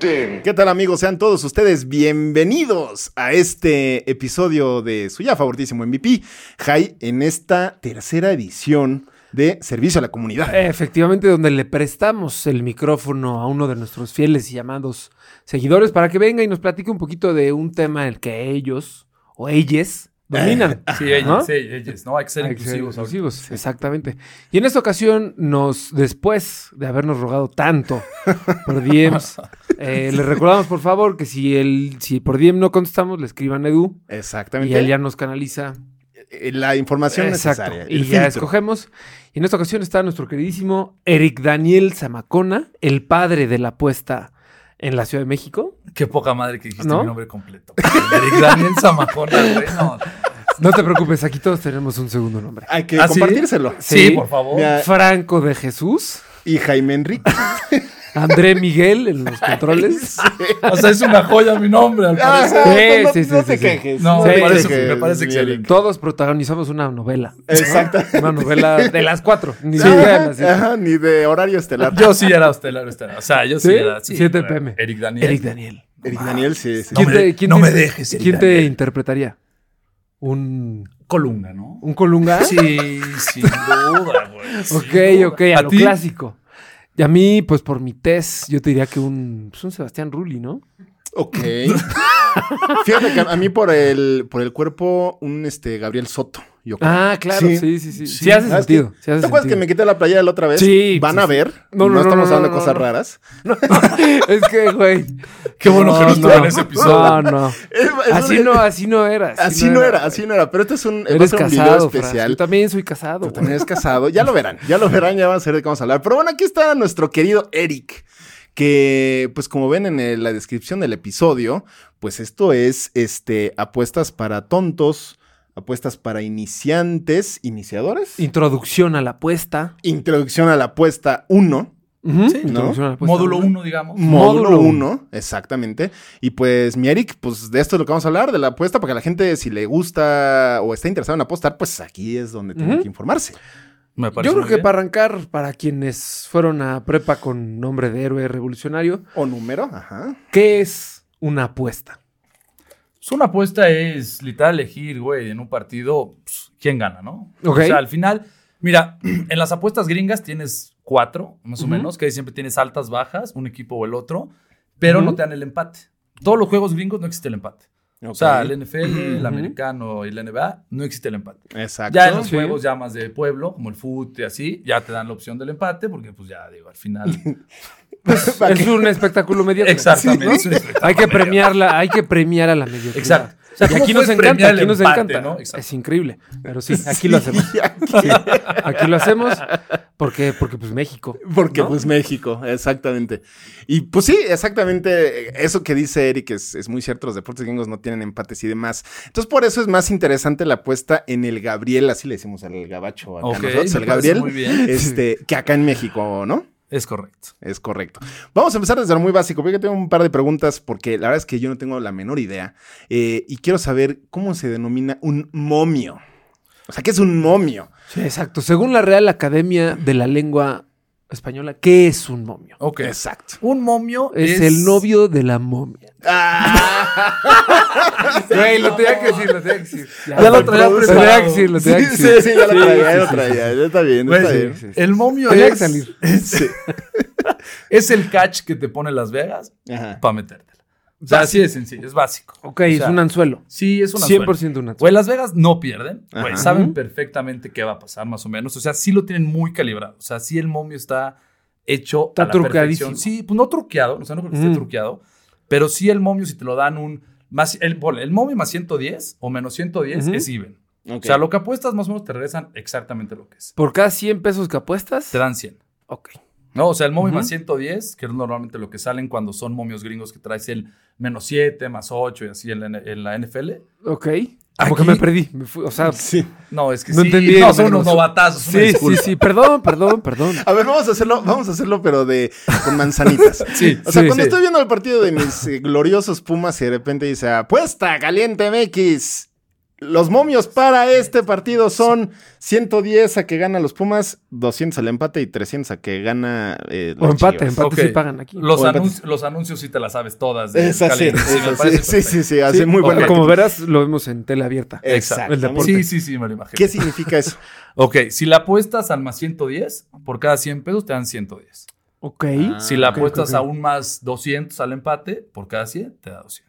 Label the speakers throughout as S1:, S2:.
S1: ding.
S2: ¿Qué tal amigos? Sean todos ustedes bienvenidos a este episodio de su ya favoritísimo MVP, Jai, en esta tercera edición de Servicio a la Comunidad.
S3: Eh, Efectivamente, donde le prestamos el micrófono a uno de nuestros fieles y llamados seguidores para que venga y nos platique un poquito de un tema en el que ellos o ellas dominan.
S4: Sí, ellos,
S3: ¿no?
S4: sí, ellos, ¿no? Hay que ser
S3: Hay que ser
S4: inclusivos. ahorita.
S3: inclusivos, exactamente. Y en esta ocasión, nos, después de habernos rogado tanto por DMs, eh, les recordamos por favor que si, el, si por DM no contestamos, le escriban a Edu y
S2: Exactamente.
S3: él ya nos canaliza
S2: Eh, La información
S3: Exacto.
S2: necesaria.
S3: Y
S2: el
S3: ya
S2: filtro.
S3: escogemos. Y en esta ocasión está nuestro queridísimo Eric Daniel Zamacona, el padre de la apuesta en la Ciudad de México.
S4: Qué poca madre que dijiste
S3: ¿No?
S4: mi nombre completo. Eric Daniel Zamacona, güey, no.
S3: No te preocupes, aquí todos tenemos un segundo nombre.
S2: Hay que
S4: ¿Ah, sí?
S2: compartírselo.
S4: Sí,
S3: Sí.
S4: por favor.
S2: Mira,
S3: Franco de Jesús,
S2: y Jaime Enrique. Ah,
S3: André Miguel en los controles.
S4: O sea, es una joya mi nombre, al parecer.
S3: sí,
S2: no,
S3: sí,
S2: no
S3: sí,
S2: te
S3: sí.
S2: quejes.
S4: No,
S2: te
S3: me parece-
S2: quejes,
S4: me parece
S2: Miguel.
S4: excelente.
S3: Todos protagonizamos una novela.
S2: Exacto.
S3: Una novela de las cuatro. Ni
S2: Ajá,
S3: siquiera de las siete.
S2: ajá, ni de horario estelar.
S4: Yo sí era estelar, estelar. O sea, yo sí,
S3: ¿Sí?
S4: era. Sí,
S3: 7
S4: era
S3: pm.
S4: Eric Daniel.
S3: Eric Daniel.
S2: Eric Daniel, sí, sí.
S4: No me de- no me dejes, Eric
S3: ¿Quién te
S4: Daniel.
S3: interpretaría? ¿Un,
S4: Columna, ¿no?
S3: un colunga?
S4: Sí, sin duda, güey. sin
S3: Ok,
S4: duda.
S3: ok, a,
S4: ¿A
S3: lo
S4: ti?
S3: clásico. Y a mí, pues por mi test, yo te diría que un, pues, un Sebastián Rulli, ¿no?
S2: Ok. Fíjate que a mí por el, por el cuerpo, un este Gabriel Soto. Yo creo.
S3: Ah, claro, sí, sí, sí. Sí, hace
S2: ¿Sabes
S3: sentido.
S2: qué?
S3: sí hace
S2: ¿Te acuerdas Ah, que
S3: sentido.
S2: me quité la playera la otra vez?
S3: Sí,
S2: Van
S3: sí,
S2: a
S3: sí.
S2: ver. No,
S3: No, no, no,
S2: estamos
S3: no,
S2: hablando de
S3: no,
S2: cosas
S3: no.
S2: raras.
S3: es que, güey.
S4: Qué bueno que no estuve en ese episodio.
S3: No, no.
S2: Es- es-
S3: Así no, así no era.
S2: Así no era, así no era. Pero este es un, va a
S3: Eres
S2: ser un
S3: casado,
S2: video especial.
S3: Yo también soy casado.
S2: También eres casado. Ya lo verán, ya lo verán, ya van a saber de qué vamos a hablar. Pero bueno, aquí está nuestro querido Eric, que pues como ven en el- la descripción del episodio, pues esto es este apuestas para tontos, apuestas para iniciantes, iniciadores.
S3: Introducción a la apuesta.
S2: Introducción a la apuesta 1,
S3: Ujú,
S4: Sí,
S2: ¿no?
S3: introducción pues, a la apuesta.
S4: Módulo 1, digamos.
S2: módulo
S3: Módulo
S2: 1, exactamente. Y pues mi Eric, pues de esto es lo que vamos a hablar, de la apuesta, para que la gente si le gusta o está interesado en apostar, pues aquí es donde tiene
S3: Ujú.
S2: que informarse.
S4: Me
S3: Yo creo
S4: muy
S3: que
S4: bien.
S3: para arrancar, para quienes fueron a prepa con nombre de héroe revolucionario,
S2: O número, ajá.
S3: ¿qué es una apuesta?
S4: Pues una apuesta es literal elegir, güey, en un partido pues, quién gana, ¿no?
S3: Ok.
S4: O sea, al final, mira, en las apuestas gringas tienes cuatro, más o
S3: Ujú.
S4: menos, que siempre tienes altas, bajas, un equipo o el otro, pero no
S3: Ujú.
S4: te dan el empate. Todos los juegos gringos no existe el empate. O sea, el NFL, el
S3: Ujú.
S4: americano y la NBA, no existe el empate.
S2: Exacto.
S4: Ya en los
S3: Sí.
S4: juegos ya más de pueblo, como el fútbol y así, ya te dan la opción del empate, porque pues ya digo, al final.
S2: Para
S3: Es
S2: que-
S3: un espectáculo mediocre.
S4: Exactamente. es un espectáculo.
S3: Hay que premiarla, hay que premiar a la mediocridad.
S4: Exacto. O sea,
S3: Y
S4: ¿cómo
S3: aquí nos
S4: puedes
S3: encanta,
S4: premiar el
S3: aquí nos
S4: empate,
S3: encanta.
S4: no? Exacto.
S3: Es increíble. Pero sí, aquí lo hacemos.
S2: Sí, aquí-
S3: Sí, aquí lo hacemos porque, porque pues México.
S2: Porque
S3: ¿no?
S2: pues México, exactamente. Y pues sí, exactamente eh, eso que dice Eric es, es muy cierto, los deportes gringos no tienen empates y demás. Entonces por eso es más interesante la apuesta en el Gabriel, así le decimos al gabacho acá
S4: Ok,
S2: nosotros,
S4: me parece
S2: el Gabriel,
S4: muy bien.
S2: este, que acá en México, ¿no?
S4: Es correcto.
S2: Es correcto. Vamos a empezar desde lo muy básico, porque yo tengo un par de preguntas, porque la verdad es que yo no tengo la menor idea. eh, y quiero saber cómo se denomina un momio. O sea, ¿qué es un momio?
S3: Sí, exacto. Según la Real Academia de la Lengua Española, ¿qué es un momio?
S4: Ok.
S2: Exacto.
S4: Un momio
S3: Es, el novio de la momia.
S2: Ah,
S3: Güey, lo tenía que decir, lo tenía que decir. Ya,
S4: Ya lo
S3: güey,
S4: traía
S3: lo
S4: preparado.
S3: tenía que decir, lo
S2: Sí,
S3: tenía que
S2: sí,
S3: decir.
S2: sí, ya lo traía, ya lo traía. Ya
S3: sí, Pues sí,
S2: Está bien,
S4: Güey,
S2: está
S4: sí,
S2: bien.
S4: sí, sí. El momio
S3: Tenía que
S4: es,
S3: salir.
S4: Es, es el catch que te pone Las Vegas
S2: Ajá.
S4: para metértela. O sea, así de sencillo, es básico.
S3: Ok,
S4: O
S3: es
S4: sea,
S3: un anzuelo.
S4: Sí, es una
S3: 100% un anzuelo.
S4: Güey, Las Vegas no pierden. Güey,
S2: Ajá.
S4: saben perfectamente qué va a pasar, más o menos. O sea, sí lo tienen muy calibrado. O sea, sí el momio está hecho.
S3: Está
S4: a la perfección.
S3: trucadísimo.
S4: Sí, pues no truqueado. O sea, no creo que esté
S3: Mm.
S4: truqueado. Pero sí el momio, si te lo dan un. Más, el, ponle, el momio más 110 o menos 110
S3: Ujú.
S4: es even.
S2: Ok.
S4: O sea, lo que apuestas más o menos te regresan exactamente lo que es.
S3: Por cada 100 pesos que apuestas,
S4: Te dan 100.
S3: Ok.
S4: No, o sea, el momio más 110, que es normalmente lo que salen cuando son momios gringos que traes el menos 7, más 8 y así en la, en la NFL.
S3: Ok. Como que
S4: Aquí-
S3: me perdí. me fui, o sea, sí,
S4: No, es que
S3: No
S4: sí.
S3: entendí.
S4: No, son unos novatazos. una
S3: sí, sí,
S4: disculpa.
S3: Perdón, perdón, perdón.
S2: A ver, vamos a hacerlo, vamos a hacerlo, pero de con manzanitas.
S4: Sí,
S2: O sea,
S3: sí,
S2: cuando
S3: sí.
S2: estoy viendo el partido de mis eh, gloriosos Pumas y de repente dice, apuesta caliente MX. Los momios para este partido son 110 a que gana los Pumas, 200 al empate y 300 a que gana eh,
S3: O
S2: los
S3: empate,
S2: Chivas.
S3: empate
S4: Ok.
S3: sí pagan aquí.
S4: Los,
S2: O empate.
S4: anun- los anuncios sí te las sabes todas. de
S2: Es así,
S4: caliente,
S2: es
S4: me
S2: así.
S4: parece
S2: sí, sí,
S4: perfecto.
S2: sí, hace muy buen
S4: ok.
S3: Como verás, lo vemos en tela abierta.
S2: Exacto.
S3: El deporte.
S4: Sí, sí, sí, me lo imagino.
S2: ¿Qué significa eso?
S4: Ok, si la apuestas al más 110, por cada 100 pesos te dan 110.
S3: Ok.
S2: Ah,
S4: si la
S3: ok,
S4: apuestas
S3: ok.
S4: a un más 200 al empate, por cada 100 te da 200.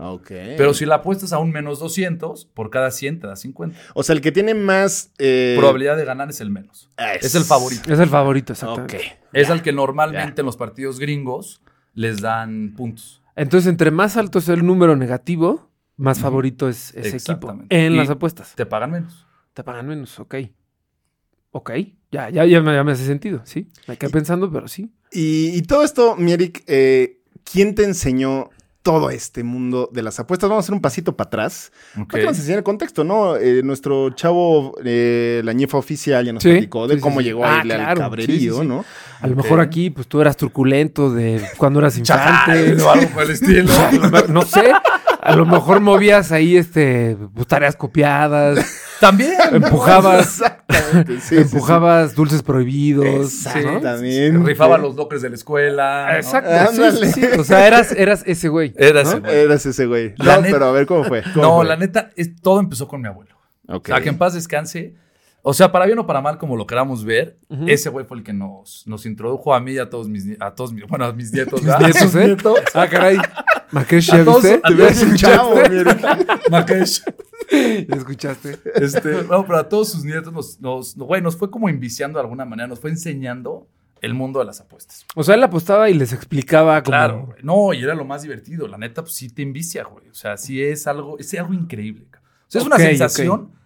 S2: Ok.
S4: Pero si la apuestas a un menos 200, por cada 100 te da 50.
S2: o sea, el que tiene más eh,
S4: Probabilidad de ganar es el menos.
S2: ah,
S4: Es el favorito.
S3: Es el favorito,
S2: Ok.
S3: exactamente.
S4: Es al que normalmente en los partidos gringos les dan puntos.
S3: Entonces, entre más alto es el número negativo, más favorito es ese equipo.
S4: Exactamente.
S3: En
S4: Y-
S3: las apuestas.
S4: Te pagan menos.
S3: Te pagan menos, ok. Ok. Ya, ya, ya, me, ya me hace sentido, sí. Me quedé pensando, pero sí.
S2: Y, y todo esto, mi Eric, eh, ¿quién te enseñó todo este mundo de las apuestas? Vamos a hacer un pasito para atrás.
S4: Ok.
S2: Porque nos enseña el contexto, ¿no? Eh, nuestro chavo, eh, la ñefa oficial, ya nos
S3: Sí,
S2: platicó de
S3: sí, sí,
S2: cómo
S3: sí.
S2: llegó a
S3: Ah,
S2: irle al
S3: claro,
S2: cabrerío,
S3: sí, sí, sí.
S2: ¿no?
S3: A lo mejor aquí, pues tú eras truculento de cuando eras infante.
S4: Chajal, o algo por el estilo.
S3: A lo me- no sé. A lo mejor movías ahí este pues, tareas copiadas,
S4: También.
S3: empujabas,
S2: Exactamente. sí, sí, sí.
S3: empujabas dulces prohibidos. ¿no?
S2: Exactamente.
S4: Rifaba los lockers de la escuela. ¿no?
S3: Exacto. sí,
S2: Ah, Ándale.
S3: sí, sí. O sea, eras, eras ese güey.
S4: Era
S3: ¿no? Eh,
S4: ese, güey.
S2: Eras ese güey.
S4: La
S2: No,
S4: neta-
S2: pero a ver cómo fue. ¿Cómo
S4: No,
S2: fue?
S4: la neta, es- todo empezó con mi abuelo.
S2: Ok.
S4: A que en paz descanse. O sea, para bien o para mal, como lo queramos ver,
S3: Ujú.
S4: ese güey fue el que nos, nos introdujo a mí y a todos mis, ni- a todos mis, bueno, a mis nietos.
S3: ¿Y
S4: ¿verdad?
S3: esos, eh? Ah, caray. Makesh, ¿ya
S4: A todos-
S3: viste?
S4: a
S2: Te ves un chavo, mi Eric.
S4: Makesh.
S3: ¿Ya escuchaste?
S4: Este, no, pero a todos sus nietos nos, nos, no, güey, nos fue como inviciando de alguna manera, nos fue enseñando el mundo de las apuestas.
S3: O sea, él apostaba y les explicaba como...
S4: Claro, güey. no, y era lo más divertido. La neta, pues sí te envicia, güey. O sea, sí es algo, es algo increíble. cabrón. O sea, es una
S3: Ok, ok.
S4: sensación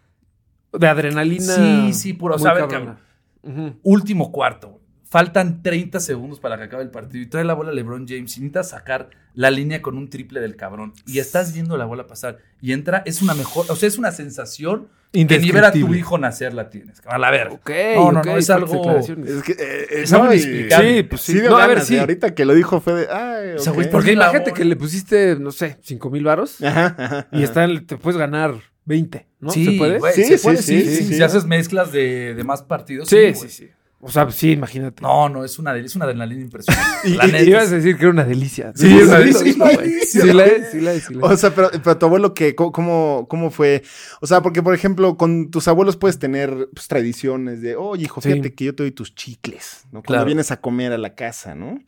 S3: De adrenalina.
S4: Sí, sí, puro. O
S3: muy
S4: sea, a ver,
S3: cabrona. Ujú.
S4: último cuarto. güey. Faltan 30 segundos para que acabe el partido y trae la bola LeBron James y necesita sacar la línea con un triple del cabrón. Y estás viendo la bola pasar y entra, es una mejor, o sea, es una sensación que ni ver a tu
S3: Indescriptible.
S4: hijo nacer la tienes. cabrón. A la verga.
S3: Ok,
S4: no, no,
S3: ok,
S4: no, es
S3: fuertes
S4: algo-
S3: declaraciones.
S2: Es que, eh, eh,
S4: Es algo
S2: no, y-
S4: inexplicable.
S3: Sí, pues sí.
S2: Sí, de
S3: No, a ver,
S2: ganas, de
S3: sí.
S2: Ahorita que lo dijo fue de. Ay,
S4: sea,
S2: ok.
S4: güey, ¿por
S3: Porque
S4: Sí, la
S3: imagínate
S4: voy.
S3: que le pusiste, no sé, 5 mil varos
S2: Ajá, ajá,
S3: y
S2: ajá.
S3: está en- te puedes ganar 20, ¿no?
S4: Sí,
S3: ¿Se puede?
S4: güey,
S2: Sí,
S4: se
S2: sí,
S4: puede,
S2: sí,
S4: sí,
S2: sí,
S4: sí.
S2: sí.
S4: Si haces mezclas de, de más partidos.
S3: Sí,
S4: güey.
S3: sí, sí. O sea, sí, imagínate.
S4: No, no, es una, del- es una adrenalina impresionante.
S3: Y,
S4: la
S3: y-
S4: neta,
S3: ibas a decir que era una delicia.
S2: Sí,
S3: es
S2: es
S3: buenísimo,
S2: buenísimo,
S3: güey.
S2: buenísimo.
S3: Sí, la es, sí, la es. sí la
S2: O
S3: es.
S2: sea, pero, pero tu abuelo, que, co- ¿cómo, ¿cómo fue? O sea, porque, por ejemplo, con tus abuelos puedes tener pues, tradiciones de, oye, hijo,
S3: Sí.
S2: fíjate que yo te doy tus chicles, ¿no? Cuando
S4: Claro.
S2: vienes a comer a la casa, ¿no?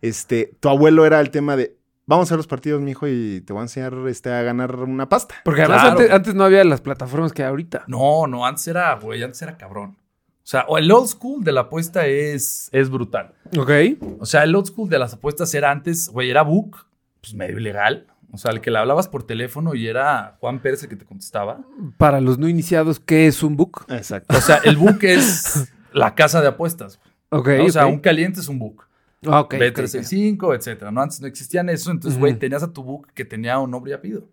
S2: Este, tu abuelo era el tema de, vamos a los partidos, mijo, y te voy a enseñar este, a ganar una pasta.
S3: Porque además
S4: claro.
S3: antes, antes no había las plataformas que hay ahorita.
S4: No, no, antes era, güey, antes era cabrón. O sea, o el old school de la apuesta es, es brutal.
S3: Ok.
S4: O sea, el old school de las apuestas era antes, güey, era book, pues medio ilegal. O sea, el que le hablabas por teléfono y era Juan Pérez el que te contestaba.
S3: Para los no iniciados, ¿qué es un book?
S2: Exacto.
S4: O sea, el book es la casa de apuestas. ¿no?
S3: Ok.
S4: O sea,
S3: ok.
S4: un caliente es un book.
S3: Ah, ok, ok, ok.
S4: B365, etcétera. No, antes no existían eso. Entonces, güey,
S3: Ujú.
S4: tenías a tu book que tenía un nombre y apellido.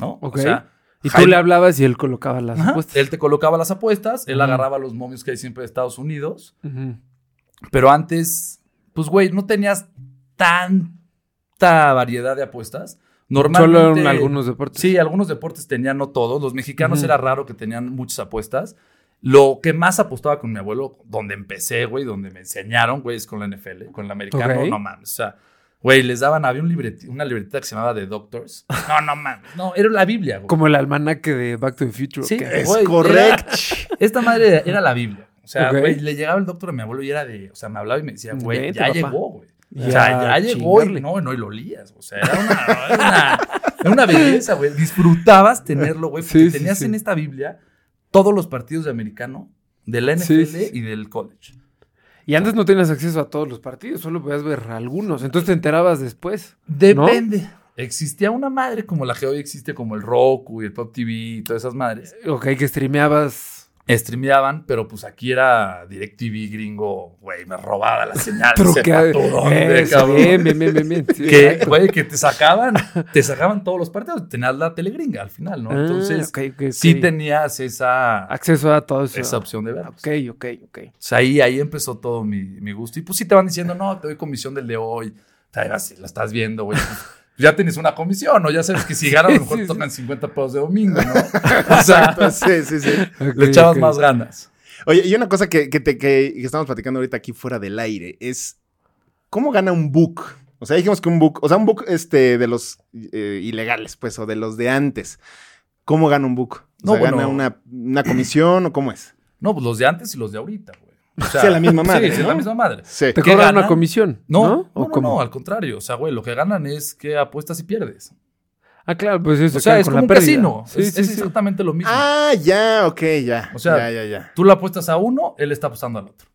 S4: ¿No?
S3: Ok.
S4: O sea,
S3: Y tú
S4: Jaime-
S3: le hablabas y él colocaba las
S4: ajá,
S3: apuestas.
S4: él te colocaba las apuestas, él
S3: Ujú.
S4: agarraba los momios que hay siempre de Estados Unidos.
S3: Ujú.
S4: Pero antes, pues, güey, no tenías tanta variedad de apuestas. Normalmente,
S3: Solo en algunos deportes.
S4: Sí, algunos deportes tenían, no todos. Los mexicanos
S3: Ujú.
S4: era raro que tenían muchas apuestas. Lo que más apostaba con mi abuelo, donde empecé, güey, donde me enseñaron, güey, es con la NFL, con el americano,
S3: Ok.
S4: no mames. O sea, güey, les daban, había un libreti- una libretita que se llamaba The Doctors. No, no mames. No, era la Biblia, güey.
S3: Como el almanaque de Back to the Future.
S4: Sí,
S3: ok.
S4: es
S2: Es correcto.
S4: esta madre era, era la Biblia. O sea,
S3: Ok.
S4: güey, le llegaba el doctor a mi abuelo y era de, o sea, me hablaba y me decía, güey,
S3: Vete,
S4: ya
S3: papá.
S4: llegó, güey.
S3: Ya,
S4: o sea, ya llegó
S3: chingarle.
S4: y no, no, y lo olías. O sea, era una, era una, era una belleza, güey. Disfrutabas tenerlo, güey, porque
S3: Sí, sí,
S4: tenías
S3: sí.
S4: en esta Biblia todos los partidos de americano, de la NFL
S3: Sí, sí, sí.
S4: y del college.
S3: Y antes no tenías acceso a todos los partidos, solo podías ver algunos. Entonces te enterabas después.
S4: Depende. Existía una madre como la que hoy existe, como el Roku y el Pop TV y todas esas madres.
S3: Ok, que streameabas.
S4: streameaban, pero pues aquí era DirecTV gringo, güey, me robaba la señal.
S3: Truqueado.
S4: sepa tú dónde,
S3: Eso,
S4: cabrón.
S3: eh, Bien, bien, bien, bien, bien. Sí,
S4: Que,
S3: exacto.
S4: güey, que te sacaban, te sacaban todos los partidos, tenías la tele gringa al final, ¿no?
S3: Ah,
S4: Entonces,
S3: ok, ok, ok.
S4: sí tenías esa,
S3: Acceso a todo eso.
S4: esa opción de ver.
S3: Ok, ok, ok.
S4: O sea, ahí, ahí empezó todo mi, mi gusto. Y pues sí te van diciendo, no, te doy comisión del de hoy. O sea, vas y la estás viendo, güey. Pues, ya tienes una comisión, ¿no? Ya sabes que si ganas, a lo mejor
S3: Sí, sí,
S4: tocan 50 pesos de domingo, ¿no? O sea,
S2: Sí, sí, sí.
S4: le
S3: Ok,
S4: echabas
S3: ok.
S4: más ganas.
S2: Oye, y una cosa que, que te- que- que estamos platicando ahorita aquí fuera del aire es cómo gana un book. O sea, dijimos que un book, o sea, un book este, de los eh, ilegales, pues, o de los de antes. ¿Cómo gana un book? O
S4: No,
S2: sea, ¿Gana
S4: bueno.
S2: una, una comisión o cómo es?
S4: No, pues los de antes y los de ahorita, güey. O
S2: Sí, la misma madre,
S4: Sí, es
S2: ¿no?
S4: la misma madre.
S2: Sí.
S3: ¿Te
S4: ¿Qué
S3: cobran
S4: ganan?
S3: una comisión?
S4: No,
S3: ¿no?
S4: no,
S3: ¿O
S4: no,
S3: cómo?
S4: no, al contrario. O sea, güey, lo que ganan es que apuestas y pierdes.
S3: Ah, claro, pues eso.
S4: O sea,
S3: quedan
S4: es
S3: con
S4: como
S3: la
S4: un
S3: pérdida.
S4: casino.
S3: Sí,
S4: es
S3: sí,
S4: es
S3: sí.
S4: exactamente lo mismo.
S2: Ah, ya, ok, ya.
S4: O sea,
S2: ya, ya, ya.
S4: Tú le apuestas a uno, él está apostando al otro.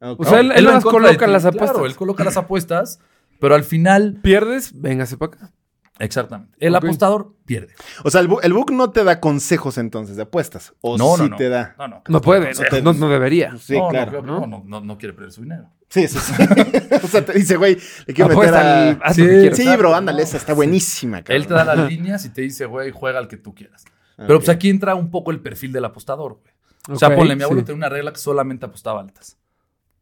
S2: Ok.
S3: O sea, él, él
S4: va en
S3: las
S4: contra de
S3: coloca
S4: ti.
S3: las
S4: Claro,
S3: apuestas.
S4: él coloca las apuestas, pero al final.
S3: Pierdes, véngase para acá.
S4: Exactamente. El
S3: Ok.
S4: apostador pierde.
S2: O sea, el, bu- el book no te da consejos entonces de apuestas. O sí te da.
S4: No, no.
S3: No puede, no,
S4: No,
S3: no- no debería.
S2: Sí,
S4: no,
S2: claro.
S4: creo que
S3: ¿no?
S4: No, no, no, no quiere perder su dinero.
S2: Sí, sí, sí. o sea, te dice, güey, le quiero meter
S3: Apuesta al-
S2: a...
S3: haz lo que quieras.
S2: Sí, bro, ándale, esa está buenísima. cabrón.
S4: Él te da las líneas y te dice, güey, juega al que tú quieras.
S3: Ah,
S4: Pero pues aquí entra un poco el perfil del apostador, güey. O sea,
S3: Ok,
S4: ponle, mi abuelo
S3: sí.
S4: tenía una regla que solamente apostaba altas.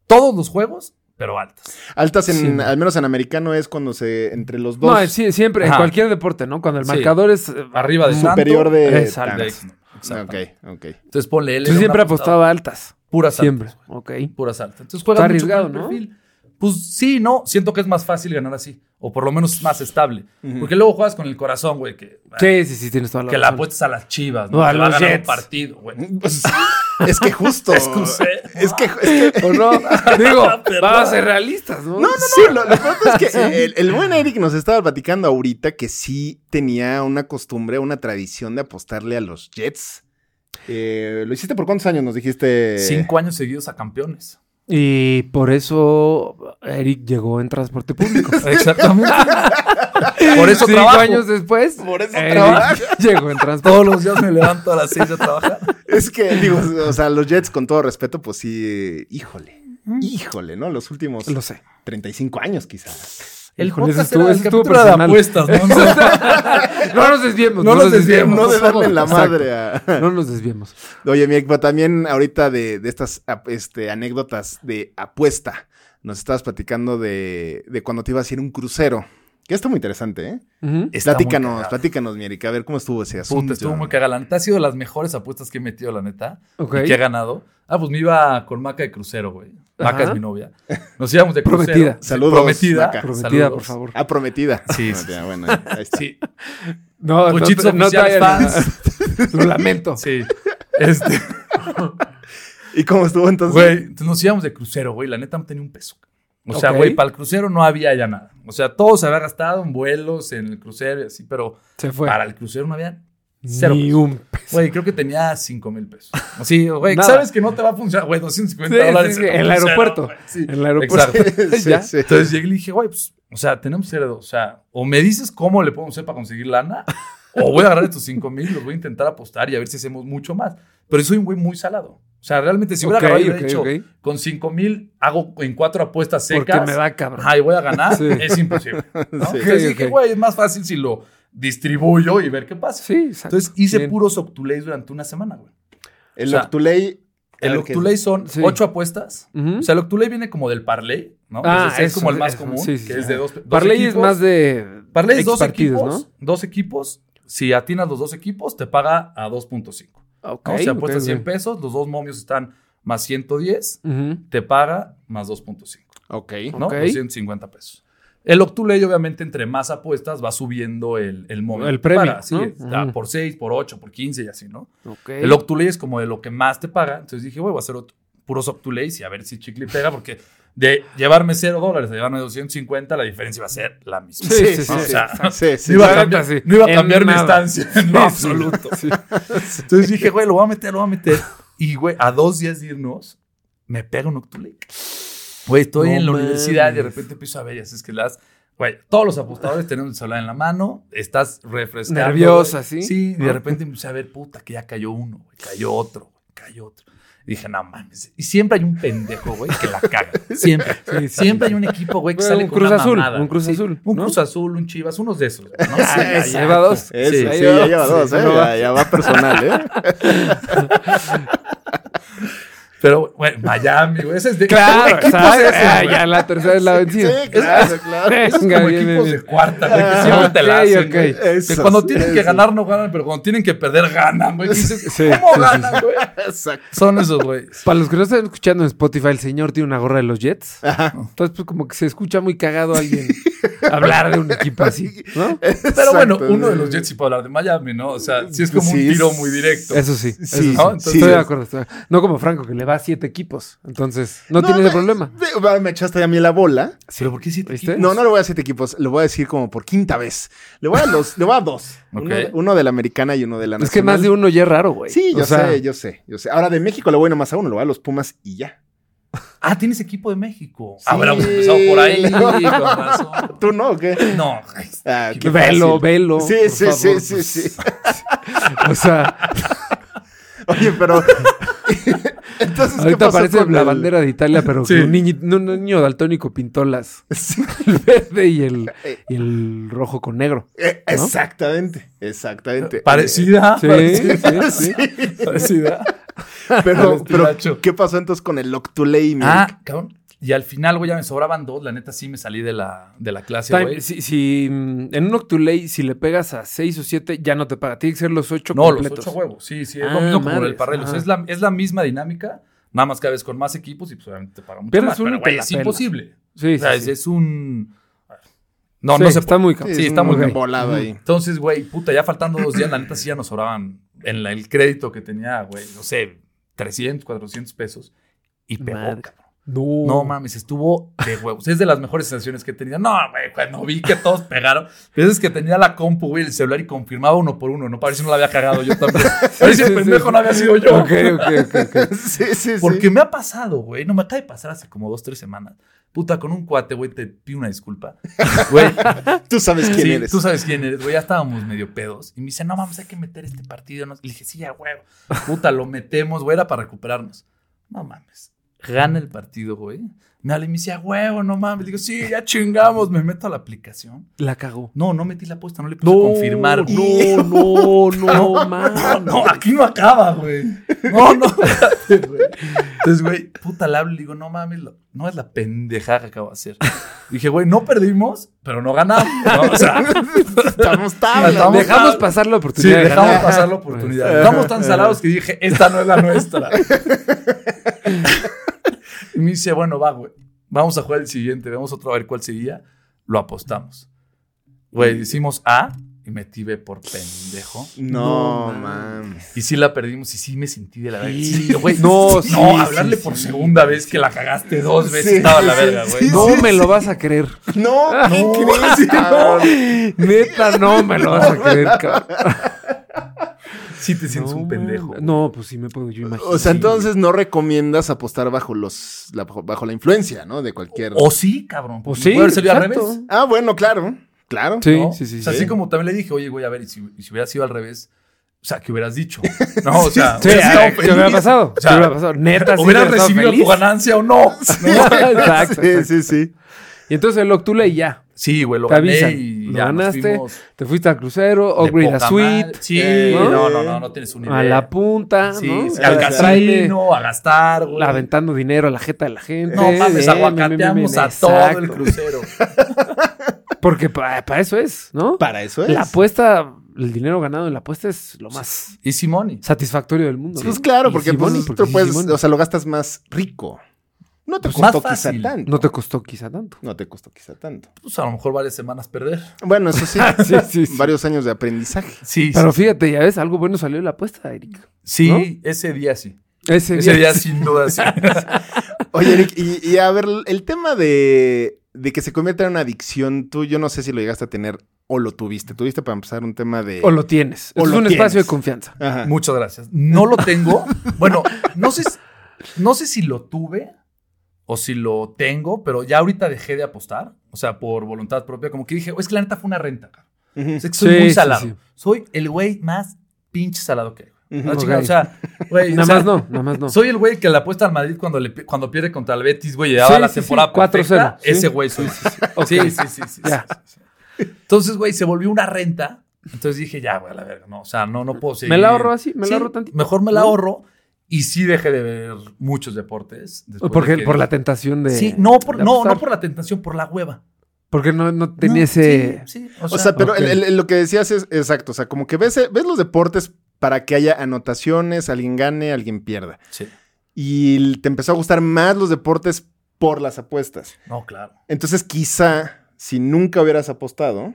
S4: Todos los juegos, pero altas.
S2: Altas en,
S3: Sí.
S2: al menos en americano es cuando se, entre los dos,
S3: No, eh, sí, siempre,
S4: Ajá.
S3: en cualquier deporte, ¿no? Cuando el
S4: Sí.
S3: marcador es eh,
S4: Arriba de
S2: superior
S4: tanto,
S2: de...
S3: es alta.
S4: de-
S2: tantas.
S4: Exacto.
S2: Ok, ok.
S4: Entonces ponle él.
S3: Tú
S4: era un
S3: siempre he
S4: apostador,
S3: apostado a altas.
S4: Puras
S3: Siempre.
S4: altas.
S3: Ok.
S4: Puras altas. Entonces juega
S3: Está
S4: mucho con
S3: arriesgado,
S4: el
S3: ¿no?
S4: perfil. Pues sí, no. Siento que es más fácil ganar así. O por lo menos más estable. Porque luego juegas con el corazón, güey. Que,
S3: Sí, sí, sí, tienes toda la
S4: que la
S3: razón.
S4: apuestas a las chivas, ¿no?
S3: No, a
S4: que va a
S3: los
S4: ganar un
S3: Jets.
S4: partido, güey.
S2: Pues, es que justo...
S4: Es que usted-
S2: es que... es que-
S3: ¿O Pues no? Digo,
S4: Ah, Perdón.
S3: vamos a ser realistas, ¿no?
S2: no, no, no. Sí, lo, lo pronto es que el, el buen Eric nos estaba platicando ahorita que sí tenía una costumbre, una tradición de apostarle a los Jets. Eh, ¿Lo hiciste por cuántos años? Nos dijiste...
S4: Cinco años seguidos a campeones.
S3: Y por eso Eric llegó en transporte público.
S4: Exactamente. Por eso
S3: Cinco
S4: trabajo.
S3: años después,
S2: Por eso
S3: Eric
S2: trabajo.
S3: llegó en transporte.
S4: Todos los días me levanto a las seis a trabajar.
S2: Es que, digo, o sea, los Jets, con todo respeto, pues sí, híjole. Híjole, ¿no? Los últimos
S3: Lo sé.
S2: 35 años, quizás.
S4: El
S3: Híjole, ese
S4: podcast
S3: estuvo-
S4: era
S3: ese
S4: el
S3: estuvo
S4: capítulo de
S3: personal.
S4: apuestas, ¿no? O sea,
S3: No nos desviemos.
S4: No nos desviemos,
S2: No de
S3: por favor.
S2: darle la
S3: Exacto.
S2: madre a...
S3: No nos desviemos.
S2: Oye, mi Ekba, también ahorita de, de estas ap- este, anécdotas de apuesta, nos estabas platicando de, de cuando te ibas a ir a un crucero. Que está muy interesante, ¿eh?
S3: Ujú.
S4: Está muy
S2: platícanos,
S4: cagado.
S2: platícanos, mi Erika, a ver cómo estuvo ese asunto.
S4: Puta, estuvo muy cagada. La neta ha sido de las mejores apuestas que he metido, la neta.
S3: Ok.
S4: Y que he ganado. Ah, pues me iba con Maca de crucero, güey. Maca
S3: Ajá.
S4: es mi novia. Nos íbamos de crucero.
S3: Prometida.
S4: Sí,
S2: Saludos,
S4: Prometida.
S2: Maca.
S3: Prometida,
S4: Saludos.
S3: por favor.
S2: Ah, prometida.
S4: Sí,
S2: Ah,
S4: sí,
S2: ya, bueno, ahí está.
S4: Sí.
S3: No, no,
S4: Pochitos
S3: no, no
S4: oficiales
S3: traigan- Lo lamento.
S4: fans. Sí. Este,
S2: ¿Y cómo estuvo entonces?
S4: güey, entonces nos íbamos de crucero, güey. La neta no tenía un peso. O sea,
S3: Ok.
S4: güey, para el crucero no había ya nada. O sea, todo se había gastado en vuelos, en el crucero y así, pero
S3: Se fue.
S4: para el crucero no había cero. Pues,
S3: Ni
S4: pesos.
S3: un peso.
S4: Güey, creo que tenía 5 mil pesos. Así, güey,
S3: Nada.
S4: sabes que no te va a funcionar, güey, 250
S3: Sí,
S4: dólares.
S3: sí, sí,
S4: en
S3: en el
S4: crucero,
S3: aeropuerto.
S4: güey, sí.
S3: En el aeropuerto.
S4: Exacto.
S2: Sí,
S3: ya.
S2: sí.
S4: Entonces llegué y le dije, güey, pues, o sea, tenemos que hacer dos. O sea, o me dices cómo le podemos hacer para conseguir lana, o voy a agarrar estos 5 mil, los voy a intentar apostar y a ver si hacemos mucho más. Pero soy un güey muy salado. O sea, realmente si hubiera
S3: Ok,
S4: agarrado y hubiera
S3: ok,
S4: dicho,
S3: ok.
S4: con 5 mil hago en cuatro apuestas
S3: Porque
S4: secas.
S3: me da cabrón.
S4: Ay, voy a ganar,
S3: Sí.
S4: es imposible. ¿no? Entonces
S3: Ok,
S4: dije,
S3: ok.
S4: güey, es más fácil si lo distribuyo y ver qué pasa.
S3: Sí, exacto.
S4: Entonces hice
S3: Bien.
S4: puros Octulays durante una semana, güey.
S2: El
S4: o sea,
S2: Octuley...
S4: El
S2: Claro que-
S4: Octulay son
S3: Sí.
S4: ocho apuestas.
S3: Ujú.
S4: O sea, el Octulay viene como del Parlay, ¿no?
S3: Ah,
S4: Entonces, es
S3: eso,
S4: como el más
S3: eso,
S4: común,
S3: sí, sí,
S4: que
S3: sí.
S4: es de dos, dos
S3: Parley es
S4: equipos.
S3: más de.
S4: Parley es
S3: X
S4: dos
S3: partidos,
S4: equipos, dos equipos. Si atinas los dos equipos, te paga a 2.5.
S3: ¿no? Ok.
S4: ¿no? si
S3: ok,
S4: apuestas
S3: ok.
S4: 100 pesos, los dos momios están más 110,
S3: Ujú.
S4: te paga más 2.5,
S2: Ok.
S4: ¿no?
S3: Ok.
S4: 250 pesos. El Octulay, obviamente, entre más apuestas, va subiendo el, el momio.
S3: El
S4: que te
S3: premio,
S4: paga, sí,
S3: ¿no?
S4: está
S3: Ujú.
S4: por 6, por 8, por 15 y así, ¿no?
S3: Ok.
S4: El Octulay es como de lo que más te paga. Entonces dije, güey, voy a hacer otro- puros Octulays y a ver si chicle y pega, porque de llevarme 0 dólares a llevarme 250, la diferencia va a ser la misma.
S3: Sí, sí, sí.
S4: O
S3: sí,
S4: sea,
S3: exacto.
S2: Sí, sí.
S4: no,
S3: Digo,
S4: iba
S3: la
S4: a cambiar,
S3: neta, sí.
S4: no iba a
S3: En
S4: cambiar mi
S3: nada.
S4: estancia en lo
S3: Sí,
S4: absoluto. Entonces dije, güey, lo voy a meter, lo voy a meter. Y, güey, a dos días de irnos, me pega un Octulay. Güey, estoy
S3: No
S4: en la
S3: mames.
S4: universidad y de repente empiezo a ver, y así es que las. Güey, todos los apostadores tenemos el celular en la mano, estás refrescando.
S3: Nerviosa,
S4: güey.
S3: ¿sí? Ah.
S4: Sí, y de
S3: Ajá.
S4: repente empecé a ver, puta, que ya cayó uno, güey, cayó otro. güey. cayó otro. Y dije, no mames. Y siempre hay un pendejo, güey, que la caga. Siempre. Siempre hay un equipo, güey, que
S3: Bueno,
S4: sale
S3: un
S4: con
S3: Cruz
S4: una
S3: Azul,
S4: mamada.
S3: un Cruz
S4: Sí,
S3: Azul,
S4: Un
S3: ¿no?
S4: Cruz Azul, un Chivas, unos de esos. güey, ¿no? Sí,
S3: Ah,
S4: ya,
S3: lleva dos.
S2: Eso,
S4: Sí,
S2: sí,
S4: ahí
S2: ya lleva dos, ¿eh? ya, ya va personal, ¿eh?
S4: Pero, güey, Miami, güey. Ese es de.
S3: Claro,
S4: ¿Qué equipo es
S3: exacto.
S4: ese,
S3: Ah,
S4: güey?
S3: ya la tercera es la vencida. Ah,
S2: Sí, claro, claro.
S4: Esos
S3: Venga,
S4: como
S3: bien,
S4: equipos
S3: bien,
S4: de cuarta, güey, que siempre te la
S3: ok,
S4: hacen,
S3: ok.
S4: güey. Que
S2: Esos,
S4: cuando tienen que
S2: esos.
S4: ganar no ganan, pero cuando tienen que perder ganan, güey. Dices,
S3: Sí,
S4: ¿cómo
S3: sí,
S4: ganan, güey?
S2: Exacto.
S4: Son esos, güey.
S3: Para los que no están escuchando en Spotify, el señor tiene una gorra de los Jets. Entonces, pues como que se escucha muy cagado a alguien hablar de un equipo así, ¿no?
S4: Pero bueno,
S2: Exacto,
S4: uno de
S2: güey.
S4: los Jets sí puede hablar de Miami, ¿no? O sea, sí es como
S2: Sí,
S4: un tiro
S2: es-
S4: muy directo.
S3: Eso sí. eso
S2: Sí,
S3: sí.
S4: ¿no? Entonces-
S3: estoy de acuerdo. estoy de acuerdo. No como Franco, que le va a siete equipos. Entonces, no, tiene ese
S2: me-
S3: problema.
S2: ve- va, Me echaste a mí la bola.
S4: ¿Pero por qué sí? te-
S3: ¿Viste?
S2: No, no le voy a siete equipos. Le voy a decir como por quinta vez. Le voy a, los, le voy a dos. Uno, de-
S4: Ok.
S2: uno de la americana y uno de la
S3: Es que
S2: nacional.
S3: más de uno ya es raro, güey.
S2: Sí,
S3: O
S2: yo
S3: sea,
S2: sé, yo sé, yo sé. Ahora de México le voy nomás a uno, le voy a los Pumas y ya.
S4: Ah, tienes equipo de México.
S2: Sí.
S4: Habramos empezado por ahí, con razón.
S2: ¿Tú no o qué?
S4: No,
S2: Ah, qué
S3: Velo,
S2: fácil.
S3: velo.
S2: Sí,
S3: por
S2: sí,
S3: favor,
S2: sí,
S3: pues.
S2: sí, sí.
S3: O sea,
S2: Oye, pero. Entonces, ¿qué
S3: ahorita
S2: pasó
S3: parece
S2: con
S3: la
S2: el-
S3: bandera de Italia, pero
S4: Sí.
S3: un, niñi- un niño daltónico pintó las,
S2: Sí,
S3: el verde y el, y el rojo con negro.
S2: eh, Exactamente, exactamente.
S4: parecida.
S3: Sí,
S4: parecida,
S3: sí, sí.
S4: Parecida.
S2: Eh, Pero,
S4: Al
S2: pero,
S4: estilacho.
S2: ¿qué pasó entonces con el Loctulei?
S4: Ah, cabrón. Y al final, güey, ya me sobraban dos. La neta, sí me salí de la, de la clase,
S3: Time-
S4: güey.
S3: si, si, mm, en un Octulay, si le pegas a 6 o 7, ya no te paga. Tiene que ser los 8
S4: No, los
S3: completos.
S4: ocho huevos. Sí, sí. Es
S3: Ah,
S4: lo mismo como
S3: madres.
S4: el Parrelos.
S3: Ajá.
S4: Es la, es la misma dinámica, nada más cada vez con más equipos y pues obviamente te pagan mucho
S3: Pierdes
S4: más.
S3: uno
S4: Pero,
S3: y
S4: güey,
S3: te la
S4: es
S3: pelas.
S4: imposible.
S3: Sí,
S4: O sea,
S3: sí,
S4: es,
S3: sí.
S4: es un... No,
S3: Sí,
S4: no se
S3: está
S4: puede.
S3: muy cabrón.
S4: Sí, está muy bien.
S2: volado ahí.
S4: Entonces, güey, puta, ya faltando dos días, la neta sí ya nos sobraban en la- el crédito que tenía, güey, no sé, 300, 400 pesos. Y pegó,
S3: Madre.
S4: cabrón.
S3: No,
S4: No mames, estuvo de huevos. Es de las mejores sensaciones que he tenido. No, güey, cuando vi que todos pegaron. Veces que tenía la compu, güey, el celular y confirmaba uno por uno, ¿no? Para ver si no la había cagado yo también. A ver si
S3: Sí,
S4: el
S3: sí,
S4: pendejo
S3: sí.
S4: no había sido yo.
S3: Ok, ok, ok. ok.
S2: Sí, sí, sí.
S4: Porque me ha pasado, güey. No, me acaba de pasar hace como dos, tres semanas. Puta, con un cuate, güey, te pido una disculpa. Güey,
S2: Tú sabes quién
S4: sí,
S2: eres.
S4: tú sabes quién eres, güey. Ya estábamos medio pedos. Y me dice, no mames, hay que meter este partido. ¿no? Y le dije, sí, ya, huevo. Puta, lo metemos, güey, era para recuperarnos. No mames. Gana el partido, güey. Me habla y me dice, a huevo, no mames. Digo, sí, ya chingamos. Me meto a la aplicación.
S3: La cagó.
S4: No, no metí la apuesta, no le puse confirmar. güey.
S3: No, no, no, man.
S4: No, aquí no acaba, güey. No, no. espérate, güey. Entonces, güey, puta, le hablo y le digo, no mames, lo- no es la pendejada que acabo de hacer. Dije, güey, no perdimos, pero no ganamos. ¿no? O sea,
S2: Estamos tabla.
S4: Estamos-
S3: Dejamos pasar la
S4: sí,
S3: oportunidad. de
S4: dejamos
S3: ganar.
S4: pasar la oportunidad. Estamos tan salados que dije, esta no es la nuestra. Y me dice, bueno, va, güey. Vamos a jugar el siguiente, vemos otro a ver cuál sería. Lo apostamos. Güey, hicimos A y metí B por pendejo.
S2: No, mames.
S4: Y sí la perdimos y sí me sentí de la verga.
S3: Sí.
S4: Sí, güey.
S3: No,
S4: No,
S3: sí, sí,
S4: hablarle
S3: sí,
S4: por
S3: sí.
S4: segunda vez que la cagaste dos veces
S2: Sí,
S4: estaba la
S2: sí,
S4: verga,
S2: sí,
S4: güey.
S2: sí.
S4: No,
S3: No me lo vas a creer.
S2: No, Ah, ¿qué
S4: No,
S2: crees,
S4: sí, no.
S2: cabrón?
S3: Neta, no me lo vas a creer, cabrón.
S4: sí te sientes un pendejo.
S3: man. No, pues sí me puedo yo imaginar.
S2: O sea, entonces no recomiendas apostar bajo los la, bajo la influencia, ¿no? De cualquier.
S4: O Pues sí, cabrón.
S3: O Pues sí,
S4: Puede haber salido al
S3: exacto.
S4: revés.
S2: Ah, bueno, claro. Claro.
S3: Sí,
S4: ¿no?
S3: sí, sí.
S4: O sea,
S3: sí.
S4: así como también le dije, oye, güey, a ver, y si, y si hubiera sido al revés, o sea, ¿qué hubieras dicho? No, o sea,
S3: Sí,
S4: hubieras
S3: a
S4: estado
S3: ver, ¿qué
S4: feliz.
S3: hubiera pasado?
S4: O sea,
S3: ¿Qué hubiera pasado? Neta, sí
S4: ¿Hubieras
S3: hubiera estado
S4: recibido
S3: feliz.
S4: tu ganancia o no?
S3: Exacto, exacto.
S2: Sí, sí, sí.
S3: Y entonces el Octula y ya.
S4: Sí, güey, lo
S3: Te
S4: gané
S3: avisan.
S4: y
S3: Lo
S4: ya nos
S3: ganaste.
S4: fuimos de
S3: Te fuiste al crucero, upgrade a
S4: poca
S3: suite,
S4: madre. Sí,
S2: eh,
S4: no,
S2: ¿no?
S4: no, no, no tienes una idea.
S3: a la punta,
S4: Sí,
S3: ¿no?
S4: sí, al
S2: O sea,
S4: casino, a gastar, güey.
S3: la- aventando dinero a la jeta de la gente. Eh,
S4: No mames,
S3: Bien, bien, bien,
S4: aguacateamos
S3: bien,
S4: a todo
S3: exacto.
S4: el crucero.
S3: Porque para eso es, ¿no?
S2: Para eso es.
S3: La apuesta, el dinero ganado en la apuesta es lo más
S4: Y Simoni.
S3: satisfactorio del mundo.
S2: Pues
S3: ¿no?
S2: claro,
S3: Y
S2: porque,
S3: Simón,
S2: pues,
S3: y porque
S2: tú
S3: sí,
S2: puedes,
S3: Simón.
S2: o sea, lo gastas más rico. No te
S4: Pues más
S2: costó quizá
S4: fácil.
S2: tanto.
S3: no te costó quizá tanto.
S2: No te costó quizá tanto.
S4: Pues a lo mejor varias semanas perder.
S2: Bueno, eso sí,
S3: Ah, Sí, sí, sí.
S2: varios años de aprendizaje.
S4: Sí,
S3: Pero fíjate, ya ves, algo bueno salió de la apuesta, Eric.
S4: sí,
S3: ¿no?
S4: ese día sí.
S3: Ese,
S4: Ese
S3: día
S4: día sin duda sí.
S2: Oye, Eric, y, y a ver, el tema de, de que se convierta en una adicción, tú, yo no sé si lo llegaste a tener o lo tuviste. Tuviste para empezar un tema de.
S3: o lo tienes.
S2: O
S3: es
S2: lo
S3: un espacio
S2: tienes.
S3: de confianza.
S2: Ajá.
S4: Muchas gracias. No lo tengo. Bueno, no sé, si- no sé si lo tuve o si lo tengo, pero ya ahorita dejé de apostar. O sea, por voluntad propia. Como que dije, "Oh, es que la neta fue una renta. cabrón.
S2: Ujú.
S4: O sea, que soy
S3: Sí,
S4: muy
S3: sí,
S4: salado.
S3: sí.
S4: Soy el güey más pinche salado que hay. A la chingada,
S3: Ok.
S4: O sea, güey. o
S3: Nada
S4: sea,
S3: más no, nada más no.
S4: Soy el güey que le apuesta al Madrid cuando, le, pi- cuando pierde contra el Betis, güey, y
S3: Sí,
S4: daba la
S3: sí, sí,
S4: temporada
S3: 4-0,
S4: perfecta.
S3: sí.
S4: Ese güey soy. Sí, sí, sí, sí, sí, sí,
S3: Ya.
S4: sí, sí. Entonces, güey, se volvió una renta. Entonces dije, ya, güey, a la verga, no, o sea, no, no puedo seguir.
S3: ¿Me la ahorro así? ¿Me
S4: Sí,
S3: la ahorro tantito?
S4: Mejor me la ahorro y sí dejé de ver muchos deportes. después
S3: Porque,
S4: de que-
S3: por la tentación de.
S4: Sí, no, por,
S3: de
S4: no,
S3: apostar.
S4: no por la tentación, por la hueva.
S3: Porque no, no
S4: No,
S3: tenía ese.
S4: sí, sí,
S2: O sea, pero
S3: ok.
S2: el- el- el- lo que decías es exacto. O sea, como que ves, ves los deportes para que haya anotaciones, alguien gane, alguien pierda.
S4: sí.
S2: Y l- te empezó a gustar más los deportes por las apuestas.
S4: No, claro.
S2: Entonces, quizá si nunca hubieras apostado,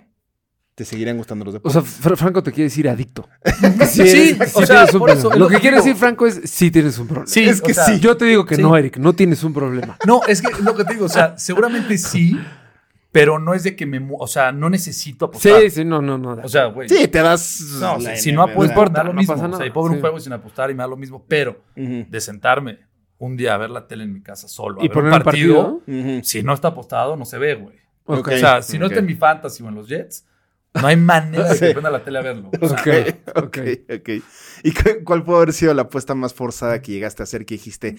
S2: te seguirían gustando los
S3: O
S2: deportes.
S3: sea, Fra- Franco te quiere decir adicto.
S4: Sí,
S3: eres-
S4: o sea,
S3: tienes un
S4: por eso
S3: problema.
S4: es
S3: Lo
S4: lo
S3: que
S4: que
S3: quiere
S4: digo.
S3: decir Franco es: sí tienes un problema.
S4: Sí,
S2: Es
S4: o
S2: que
S4: sea,
S2: sí.
S3: Yo te digo que
S4: Sí.
S3: no, Eric, no tienes un problema.
S4: No, es que lo que te digo, o sea, seguramente sí, pero no es de que me, mu- o sea, no necesito apostar.
S3: Sí, sí, no, no, no.
S4: O sea, güey.
S2: sí, te das.
S4: No, o
S2: la
S4: sea, si no
S2: NBA.
S4: apuesto,
S3: importa,
S4: me da lo
S3: no
S4: mismo.
S3: pasa
S4: O sea,
S3: nada,
S4: y puedo ver
S3: sí.
S4: un juego sin apostar y me da lo mismo, pero
S2: Ujú,
S4: de sentarme un día a ver la tele en mi casa solo, a
S3: ¿Y
S4: ver
S3: poner un partido?
S2: ujú.
S4: si no está apostado, no se ve, güey.
S3: Ok.
S4: O sea, si no
S2: ok.
S4: está en mi fantasy o en los Jets, no hay manera de que prenda la tele a verlo. O sea,
S3: Ok, ok.
S2: Ok, ok. ¿Y cu- cuál puede haber sido la apuesta más forzada que llegaste a hacer que dijiste,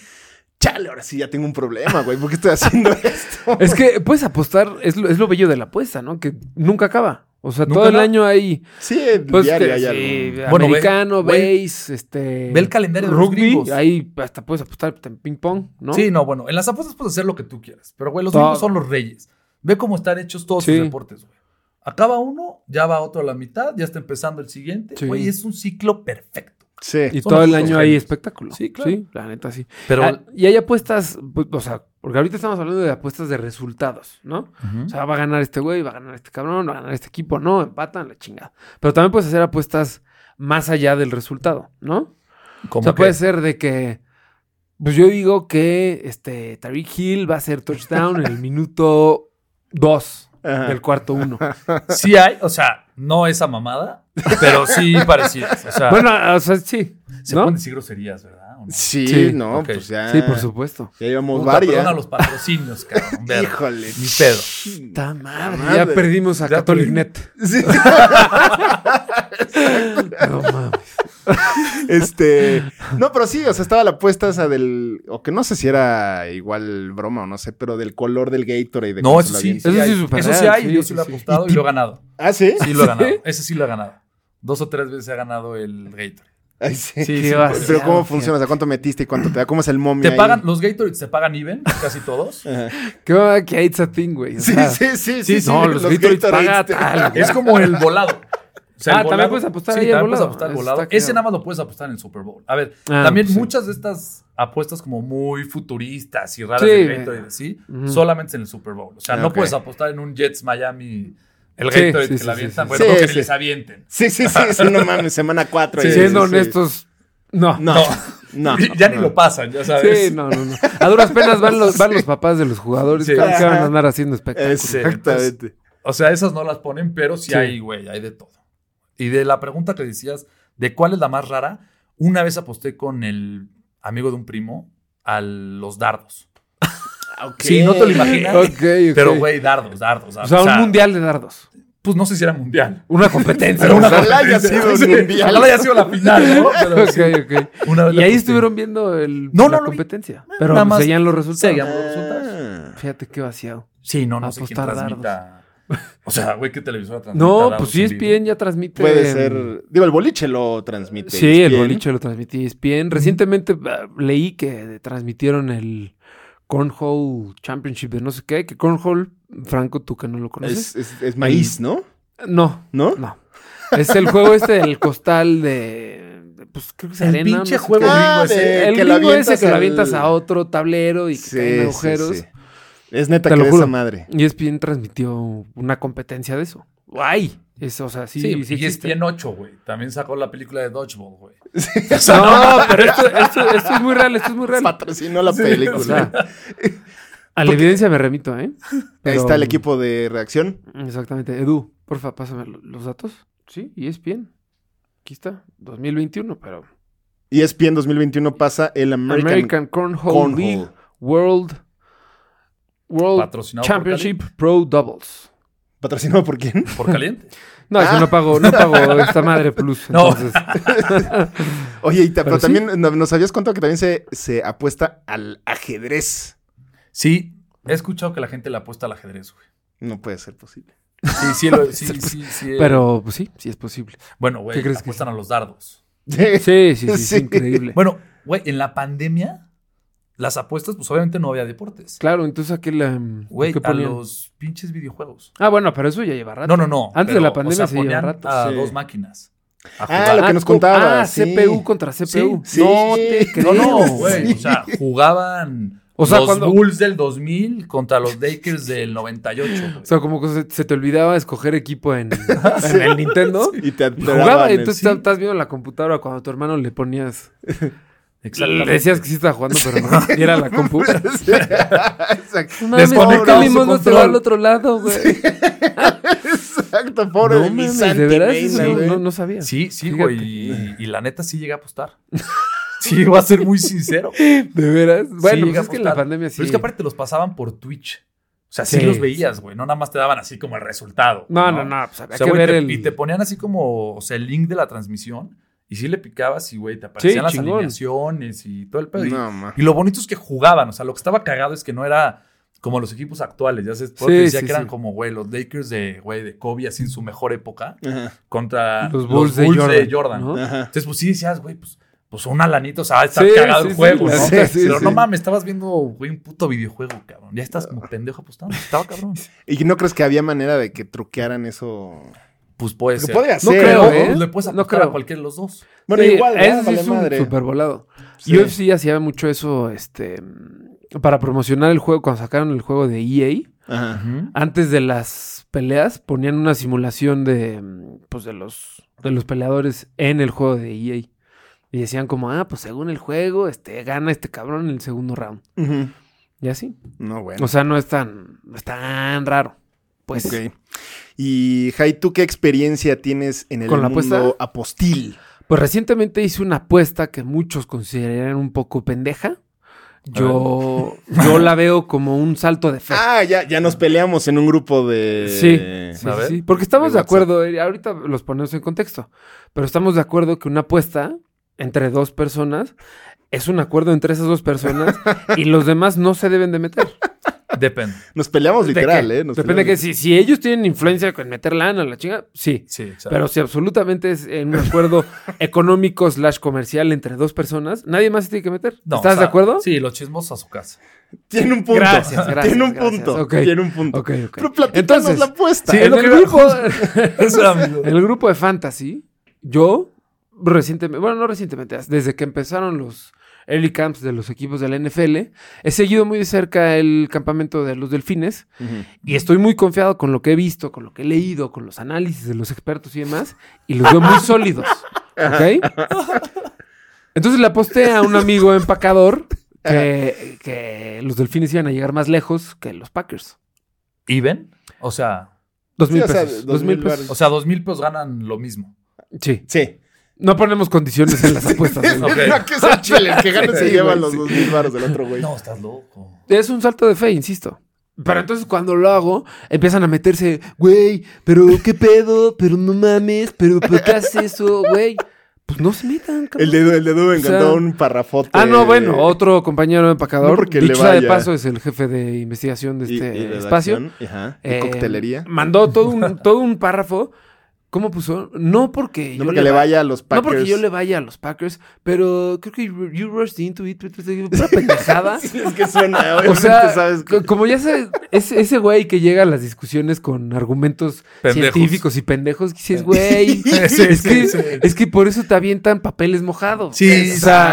S2: chale, ahora sí ya tengo un problema, güey, ¿por qué estoy haciendo esto?
S3: Es que puedes apostar, es lo, es lo bello de la apuesta, ¿no? Que nunca acaba. O sea,
S4: Nunca
S3: todo el
S4: acaba.
S3: año hay.
S2: Sí,
S3: Pues,
S2: diario
S3: que-
S2: hay
S3: sí,
S2: algo.
S4: Bueno, ve-
S3: americano,
S4: güey,
S3: base, este.
S4: ve el calendario de los
S3: rugby.
S4: gringos.
S3: ahí hasta puedes apostar en ping-pong, ¿no?
S4: Sí, no, bueno, en las apuestas puedes hacer lo que tú quieras, pero güey, los
S3: Todo.
S4: gringos son los reyes. Ve cómo están hechos todos
S3: Sí.
S4: sus deportes, güey. Acaba uno, ya va otro a la mitad, ya está empezando el siguiente.
S3: Sí.
S4: Güey, es un ciclo perfecto.
S2: Sí.
S3: Y
S4: Son
S3: todo el
S4: los
S3: año hay
S4: genios.
S3: espectáculo.
S4: Sí, claro.
S3: Sí, la neta, sí.
S4: Pero
S3: Ah, y hay apuestas, pues, o sea, porque ahorita estamos hablando de apuestas de resultados, ¿no? O sea, va a ganar este güey, va a ganar este cabrón, va a ganar este equipo, no, empatan la chingada. Pero también puedes hacer apuestas más allá del resultado, ¿no? O
S4: como
S3: sea,
S4: que-
S3: puede ser de que, pues yo digo que este Tariq Hill va a hacer touchdown en el minuto 2
S4: Ah.
S2: Ajá.
S3: del cuarto uno.
S4: sí hay, o sea, no esa mamada, pero sí parecidas. O sea,
S3: Bueno, o sea, sí,
S4: se
S3: ¿no?
S4: pueden decir groserías, ¿verdad? ¿O no?
S2: Sí,
S3: Sí,
S2: no,
S4: ok.
S2: pues ya.
S3: Sí, por
S4: Ah.
S3: supuesto.
S2: Ya llevamos
S4: Puta,
S2: varias.
S4: perdón a los patrocinios, cabrón. verga.
S2: Híjole.
S4: Ni pedo.
S3: Está madre,
S2: madre.
S3: ya perdimos a
S4: Ya
S3: Catholic
S4: perdimos.
S3: Net.
S2: Sí.
S3: No mames.
S2: este. No, pero sí, o sea, estaba la apuesta esa del. O que no sé si era igual broma o no sé, pero del color del Gatorade. de
S4: No,
S2: cuando
S4: eso
S2: se la
S4: sí.
S2: avientas.
S3: Eso sí
S4: hay.
S3: es súper
S4: Eso sí
S3: real,
S4: hay,
S3: sí,
S4: yo
S3: sí,
S4: sí lo he
S3: sí.
S4: apostado y lo he ganado.
S2: Ah, sí.
S4: Sí lo he ganado. Ese sí lo he ganado. Dos o tres veces ha ganado el Gator.
S2: Ay, sí.
S4: Sí,
S3: Qué
S4: sí,
S3: vas-
S2: Pero ¿cómo
S3: Sí,
S2: funciona? O sea, ¿cuánto metiste y cuánto te da? ¿Cómo es el momio?
S4: Te
S2: ahí?
S4: pagan, los Gatorades te pagan even, casi todos.
S3: Qué mamada que hay it's a thing, güey. o
S2: Sí,
S3: sea.
S2: sí, sí, sí.
S3: Sí, no, los, Gatorades paga
S2: te-
S3: tal. güey.
S4: es como el volado. O
S3: Ah, también puedes apostar ahí al
S4: también
S3: volado.
S4: puedes apostar al
S3: Eso
S4: volado.
S3: está
S4: Ese
S3: claro.
S4: nada más lo puedes apostar en el Super Bowl. A ver,
S3: Ah,
S4: también
S3: sí.
S4: muchas de estas apuestas como muy futuristas y raras
S3: Sí,
S4: del
S3: güey.
S4: Gatorade, ¿sí?
S3: Ujú.
S4: Solamente en el Super Bowl. O sea,
S2: Ah,
S4: no
S2: ok.
S4: puedes apostar en un Jets Miami el
S3: Sí,
S4: Gatorade
S3: sí,
S4: que
S3: sí,
S4: la
S3: sí,
S4: avientan.
S3: sí,
S4: Bueno,
S2: sí.
S4: no, que
S2: Sí,
S4: les
S2: sí.
S4: avienten.
S2: Sí, sí, sí, sí, no mames, semana 4.
S4: Sí,
S3: Siendo honestos, no.
S2: No, no.
S4: ya ni lo pasan, ya sabes.
S3: Sí, no, no, no. A duras penas van los, van los papás de los jugadores
S4: Sí.
S3: que van
S2: Ajá.
S3: a andar haciendo espectáculos.
S2: Exactamente.
S4: O sea, esas no las ponen, pero sí,
S3: Sí.
S4: hay, güey, hay de todo. Y de la pregunta que decías, ¿de cuál es la más rara? Una vez aposté con el amigo de un primo a los dardos.
S2: Ok.
S4: Sí, no te lo imaginas.
S3: Ok, ok.
S4: Pero, güey, dardos, dardos,
S3: O
S4: dardos.
S3: sea, un mundial de dardos.
S4: Pues no sé si era mundial.
S3: Una competencia.
S2: Pero
S3: o
S2: una
S3: sea.
S2: ojalá haya sido
S4: Sí,
S2: un mundial.
S4: Ojalá haya sido la final, ¿no? Pero sí,
S3: Ok, ok.
S4: una vez
S3: Y
S4: la
S3: ahí
S4: aposté.
S3: estuvieron viendo el,
S4: No,
S3: la
S4: no lo vi.
S3: competencia. Pero
S4: nada más
S3: seguían los resultados.
S4: seguíamos los resultados.
S3: Fíjate qué vaciado.
S4: Sí, no, no sé quién
S3: Apostar
S4: transmita. O sea, güey, ¿qué televisora transmite?
S3: No,
S4: dardos
S3: pues sí,
S4: en vivo?
S3: ESPN ya transmite.
S2: Puede
S3: en-
S2: ser. Digo, el boliche lo transmite.
S3: Este, em, Sí, el
S2: ESPN.
S3: boliche lo transmití E ESPN. Recientemente ah, leí que transmitieron el Cornhole Championship de no sé qué, que Cornhole, Franco, tú que no lo conoces.
S2: Es, es- es maíz, ¿no?
S3: No,
S2: ¿No?
S3: no. Es el juego este del costal de, de, pues creo que es
S4: El
S3: arena.
S4: pinche
S3: no sé
S4: juego
S3: qué.
S4: gringo
S2: Ah, de-
S4: ese.
S3: El
S2: que lo
S3: gringo ese que lo
S2: al-
S3: avientas a otro tablero y que
S2: Sí,
S3: caen
S2: sí,
S3: agujeros. E
S2: sí. Es neta
S3: Te
S2: que
S3: lo
S2: de
S3: juro.
S2: esa madre.
S3: ESPN transmitió una competencia de eso. ¡Guay! Eso, o sea, sí,
S4: Sí,
S3: sí
S4: y E
S3: existe.
S4: ESPN 8, güey. También sacó la película de Dodgeball, güey.
S3: No, pero esto, esto- esto es muy real, esto es muy real.
S2: Patrocinó la película.
S3: O sea, a la evidencia me remito, ¿eh?
S2: Ahí
S3: Pero- mm,
S2: está el equipo de reacción.
S3: Exactamente. Edu, porfa, pásame lo- los datos. Sí, E y es bien. Aquí está, 2021, pero.
S2: Y ESPN 2021 pasa el American,
S3: American, Cornhole,
S2: Cornhole.
S3: League World, World Oh,
S4: Patrocinado por
S3: Championship Pro Doubles.
S2: ¿Patrocinado por quién?
S4: Por caliente.
S3: No,
S2: Ah.
S3: yo no pago, no pago esta madre plus.
S4: No.
S3: Entonces,
S2: Oye, y ta- pero,
S3: Pero sí.
S2: también no- nos habías contado que también se, se apuesta al ajedrez.
S4: Sí, he escuchado que la gente le apuesta al ajedrez, güey.
S2: No puede ser posible.
S4: Sí, sí, lo- sí, sí, sí, eh.
S3: pero pues sí, sí es posible.
S4: Bueno, güey,
S3: ¿Qué crees que
S4: apuestan a los dardos.
S3: Sí, sí, sí, es
S2: Sí.
S3: increíble.
S4: Bueno, güey, en la pandemia, las apuestas, pues obviamente no había deportes.
S3: claro, entonces aquel. em,
S4: Güey,
S3: ¿qué
S4: a
S3: ponían?
S4: los pinches videojuegos.
S3: Ah, bueno, pero eso ya lleva rato.
S4: No, no, no.
S3: Antes de
S4: pero,
S3: la pandemia
S4: o sea,
S3: se lleva
S4: ponían
S3: rato.
S4: A
S2: Sí.
S4: dos máquinas. A
S2: Ah,
S4: jugar.
S2: lo que nos
S3: co-
S2: contaba,
S3: Ah,
S2: sí.
S3: CPU contra CPU.
S2: Sí,
S3: No
S2: sí.
S3: te creo.
S4: No, no, güey.
S3: güey.
S4: O sea, jugaban
S3: O sea,
S4: los
S3: cuando-
S4: Bulls del 2000 contra los Lakers del 98. güey.
S3: O sea, como que se, se te olvidaba escoger equipo en, en el Nintendo.
S2: Y te
S3: Jugaba,
S2: atoraban
S3: y
S2: en- ¿eh?
S3: entonces
S2: sí.
S3: estás- estás viendo la computadora cuando a tu hermano le ponías. Le
S4: Exactamente.
S3: decías que sí estaba jugando, pero no. Y era la compu.
S2: Exacto.
S3: Mames, ¿por qué
S4: Desconectado
S3: mi
S4: su
S3: mundo se
S4: control.
S3: va al otro lado, güey?
S2: Exacto,
S3: No,
S2: pobre de mi
S3: mames,
S2: Santi
S3: de veras,
S2: Reina,
S3: eso
S2: güey.
S3: no, no sabía.
S4: Sí, sí,
S3: Fíjate.
S4: güey. Y, y la neta sí llega a apostar. Sí, voy a ser muy sincero.
S3: De veras.
S4: Sí,
S3: Bueno, pues
S4: llega
S3: es
S4: a
S3: que en la
S4: apostar.
S3: pandemia sí.
S4: Pero es que aparte los pasaban por Twitch. O sea, sí,
S3: Sí.
S4: los veías, güey. No nada más te daban así como el resultado.
S3: No, no, no. Pues había
S4: O sea,
S3: que
S4: güey,
S3: ver
S4: te-
S3: el.
S4: Y te ponían así como, o sea, el link de la transmisión. Y sí le picabas y, güey, te aparecían las
S3: chingón.
S4: alineaciones y todo el pedo. Y-
S2: No, ma.
S4: Y lo bonito es que jugaban. O sea, lo que estaba cagado es que no era como los equipos actuales. Ya se
S3: Sí,
S4: decía
S3: sí,
S4: que eran
S3: sí.
S4: como, güey, los Lakers de, güey, de Kobe así en su mejor época
S2: Ajá.
S4: contra
S3: Los Bulls de Jordan, ¿no?
S2: Ajá.
S4: Entonces, pues sí decías, güey, pues, pues una lanita, o sea, está
S3: Sí,
S4: cagado
S3: sí,
S4: el
S3: sí,
S4: juego,
S3: la
S4: ¿no?
S2: neta, sí,
S4: Pero
S2: sí.
S4: no mames, estabas viendo, güey, un puto videojuego, cabrón. Ya estás como pendejo apostando. Estaba cabrón.
S2: ¿Y no crees que había manera de que truquearan eso?
S4: Pues puede
S2: Porque
S4: ser.
S2: podría
S3: No
S2: ser,
S3: creo,
S2: ¿no?
S3: ¿eh?
S4: Pues le puedes
S3: No
S4: apostar
S3: creo.
S4: a cualquiera de los dos.
S2: Bueno,
S3: Sí,
S2: igual, ¿no?
S3: ese sí
S2: Vale
S3: es un
S2: madre.
S3: super volado.
S2: Sí.
S3: UFC hacía mucho eso, este. Para promocionar el juego, cuando sacaron el juego de EA,
S2: Ajá.
S3: antes de las peleas ponían una simulación de, mm, pues, de los, de los peleadores en el juego de EA. Y decían como, ah, pues según el juego, este, gana este cabrón en el segundo round.
S2: Ujú.
S3: Y así.
S2: No, bueno.
S3: O sea, no es tan, no es tan raro. Pues,
S2: Ok. Y Jai, ¿tú qué experiencia tienes en el
S3: ¿Con la
S2: mundo
S3: apuesta?
S2: apostil?
S3: pues recientemente hice una apuesta que muchos considerarían un poco pendeja. Yo, yo la veo como un salto de fe.
S2: Ah, ya, ya nos peleamos en un grupo de...
S3: Sí, sí,
S4: a
S3: sí,
S4: ver.
S3: sí. Porque estamos
S2: De
S3: de
S2: WhatsApp.
S3: acuerdo, eh, ahorita los ponemos en contexto, pero estamos de acuerdo que una apuesta entre dos personas es un acuerdo entre esas dos personas y los demás no se deben de meter.
S4: Depende.
S2: Nos peleamos
S3: ¿De
S2: literal,
S3: qué?
S2: ¿eh? Nos
S3: Depende que
S2: peleamos.
S3: si, si ellos tienen influencia con meter lana, la chinga, sí.
S4: Sí, exacto.
S3: Pero si absolutamente es en un acuerdo económico slash comercial entre dos personas, nadie más se tiene que meter.
S4: No,
S3: ¿Estás
S4: o sea,
S3: de acuerdo?
S4: Sí, los chismosos a su casa.
S2: Tiene un punto.
S3: Gracias, gracias,
S2: Tiene un
S3: gracias.
S2: punto.
S3: Ok.
S2: Tiene un punto.
S3: Ok, ok.
S2: Pero platícanos
S3: Entonces,
S2: la apuesta.
S4: sí, es
S3: en
S4: lo
S3: el
S4: que iba-
S3: grupo...
S4: Eso, amigo.
S3: En el grupo de Fantasy, yo recientemente, bueno, no recientemente, desde que empezaron los early camps de los equipos de la NFL, he seguido muy de cerca el campamento de los delfines
S2: Ujú.
S3: y estoy muy confiado con lo que he visto, con lo que he leído, con los análisis de los expertos y demás, y los veo muy sólidos. ¿Ok? Entonces le aposté a un amigo empacador que, que los delfines iban a llegar más lejos que los Packers.
S4: ¿Y ven? O sea,
S3: Dos mil
S2: Sí, o sea, dos
S3: pesos. Dos
S2: mil
S3: mil pesos.
S4: o sea, dos mil pesos ganan lo mismo.
S3: Sí.
S2: Sí.
S3: No ponemos condiciones en las apuestas. ¿eh?
S4: Ok.
S2: No, que es el chile. El que gane se
S3: Sí,
S2: lleva
S3: güey,
S2: los
S3: sí.
S2: dos mil baros del otro güey.
S4: No, estás loco.
S3: Es un salto de fe, insisto. Pero entonces cuando lo hago, empiezan a meterse, güey, pero qué pedo, pero no mames, pero ¿por qué haces eso, güey? Pues no se metan, cabrón.
S2: El dedo, el dedo me
S3: O sea-
S2: encantó un parrafote.
S3: Ah, no, bueno, otro compañero
S2: No
S3: empacador,
S2: porque le
S3: dicho sea de
S2: vaya.
S3: paso, es el jefe de investigación de
S2: Y-
S3: este
S2: y redacción,
S3: espacio.
S2: Ajá. Y
S3: Eh,
S2: coctelería.
S3: Mandó todo un, todo un párrafo. ¿Cómo puso? No porque
S2: No porque le
S3: va-
S2: vaya a los Packers.
S3: No porque yo le vaya a los Packers, pero creo que you you rushed into it. Una pendejada.
S2: Sí, es que suena,
S3: O
S2: obviamente,
S3: sea,
S2: ¿sabes?
S3: co- como ya sabes, es- ese güey que llega a las discusiones con argumentos
S4: Pendejos.
S3: científicos y pendejos, que dices, güey,
S4: Sí,
S3: es,
S4: sí,
S3: que,
S4: sí.
S3: es que por eso te avientan papeles mojados.
S4: Sí,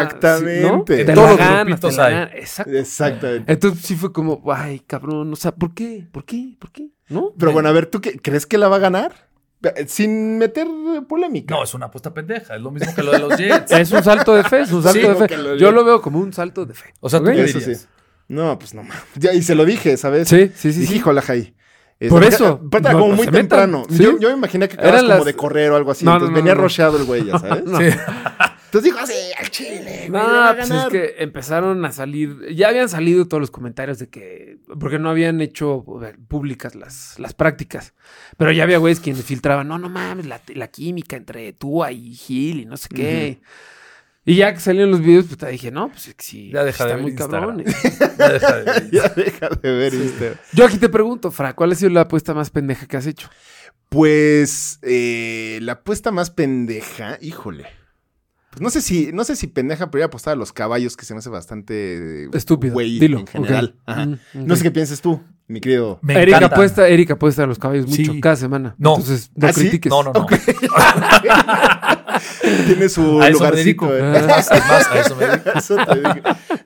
S2: exactamente.
S3: Te
S2: En
S3: la
S4: todos los
S3: ganas,
S4: grupitos
S3: te la
S4: hay.
S3: ganas, Exacto.
S2: Exactamente.
S3: Entonces sí fue como, ay, cabrón, o sea, ¿por qué? ¿Por qué? ¿Por qué? ¿No?
S2: Pero bueno, a ver, ¿tú qué, crees que la va a ganar? Eh, Sin meter eh, polémica.
S4: No, es una apuesta pendeja. Es lo mismo que lo de los Jets.
S3: Es un salto de fe, es un salto
S4: Sí,
S3: de
S2: no,
S3: fe.
S2: que lo-
S3: Yo lo veo como un salto de fe.
S4: O sea, tú
S3: ¿Ok?
S4: qué
S2: Eso
S4: dirías?
S2: sí. No, pues no mames. Ya, Y se lo dije, ¿sabes?
S3: Sí, sí, sí, sí.
S2: Dije, híjole, Jai. Este,
S3: Por
S2: porque
S3: eso,
S2: aparte era
S3: no-
S2: como
S3: no
S2: muy
S3: se metan,
S2: temprano.
S3: ¿sí?
S2: Yo, yo me imaginé que
S3: Eran
S2: acabas como
S3: las-
S2: de correr o algo así.
S3: No, no,
S2: Entonces
S3: no,
S2: venía
S3: no.
S2: rocheado el güey, ya sabes.
S4: Sí.
S2: Entonces dijo así, al chile, güey, le va
S3: No,
S2: a
S3: pues es
S2: ganar.
S3: que empezaron a salir, ya habían salido todos los comentarios de que, porque no habían hecho a ver, públicas las, las prácticas, pero ya había güeyes quienes filtraban, no, no mames, la, la química entre Tua y Gil y no sé qué. Y ya que salieron los videos, pues te dije, no, pues es que sí,
S4: Ya deja de ver
S3: están muy eh.
S4: Instagram.
S3: cabrones.
S4: Ya deja de ver.
S2: Ya deja de ver Instagram.
S3: Yo aquí te pregunto, Fra, ¿cuál ha sido la apuesta más pendeja que has hecho?
S2: Pues eh, la apuesta más pendeja, híjole. Pues no sé si, no sé si pendeja, pero voy a apostar a los caballos, que se me hace bastante eh,
S3: Estúpido.
S2: güey
S3: Dilo.
S2: en general.
S3: Ok.
S2: Ajá.
S3: Mm,
S2: No
S3: ok.
S2: sé qué pienses tú, mi querido.
S4: Me
S3: Erika pues,
S4: encanta.
S3: apuesta, Erika apuesta a los caballos mucho
S4: Sí.
S3: cada semana.
S4: No.
S3: Entonces, no
S2: ¿Ah, sí?
S3: critiques.
S4: No, no, no.
S2: Tiene su
S4: A eso me
S2: lugarcito.
S4: dedico.
S2: eh.
S3: Ah,
S4: Más, más a eso me dedico.
S2: Eso te digo.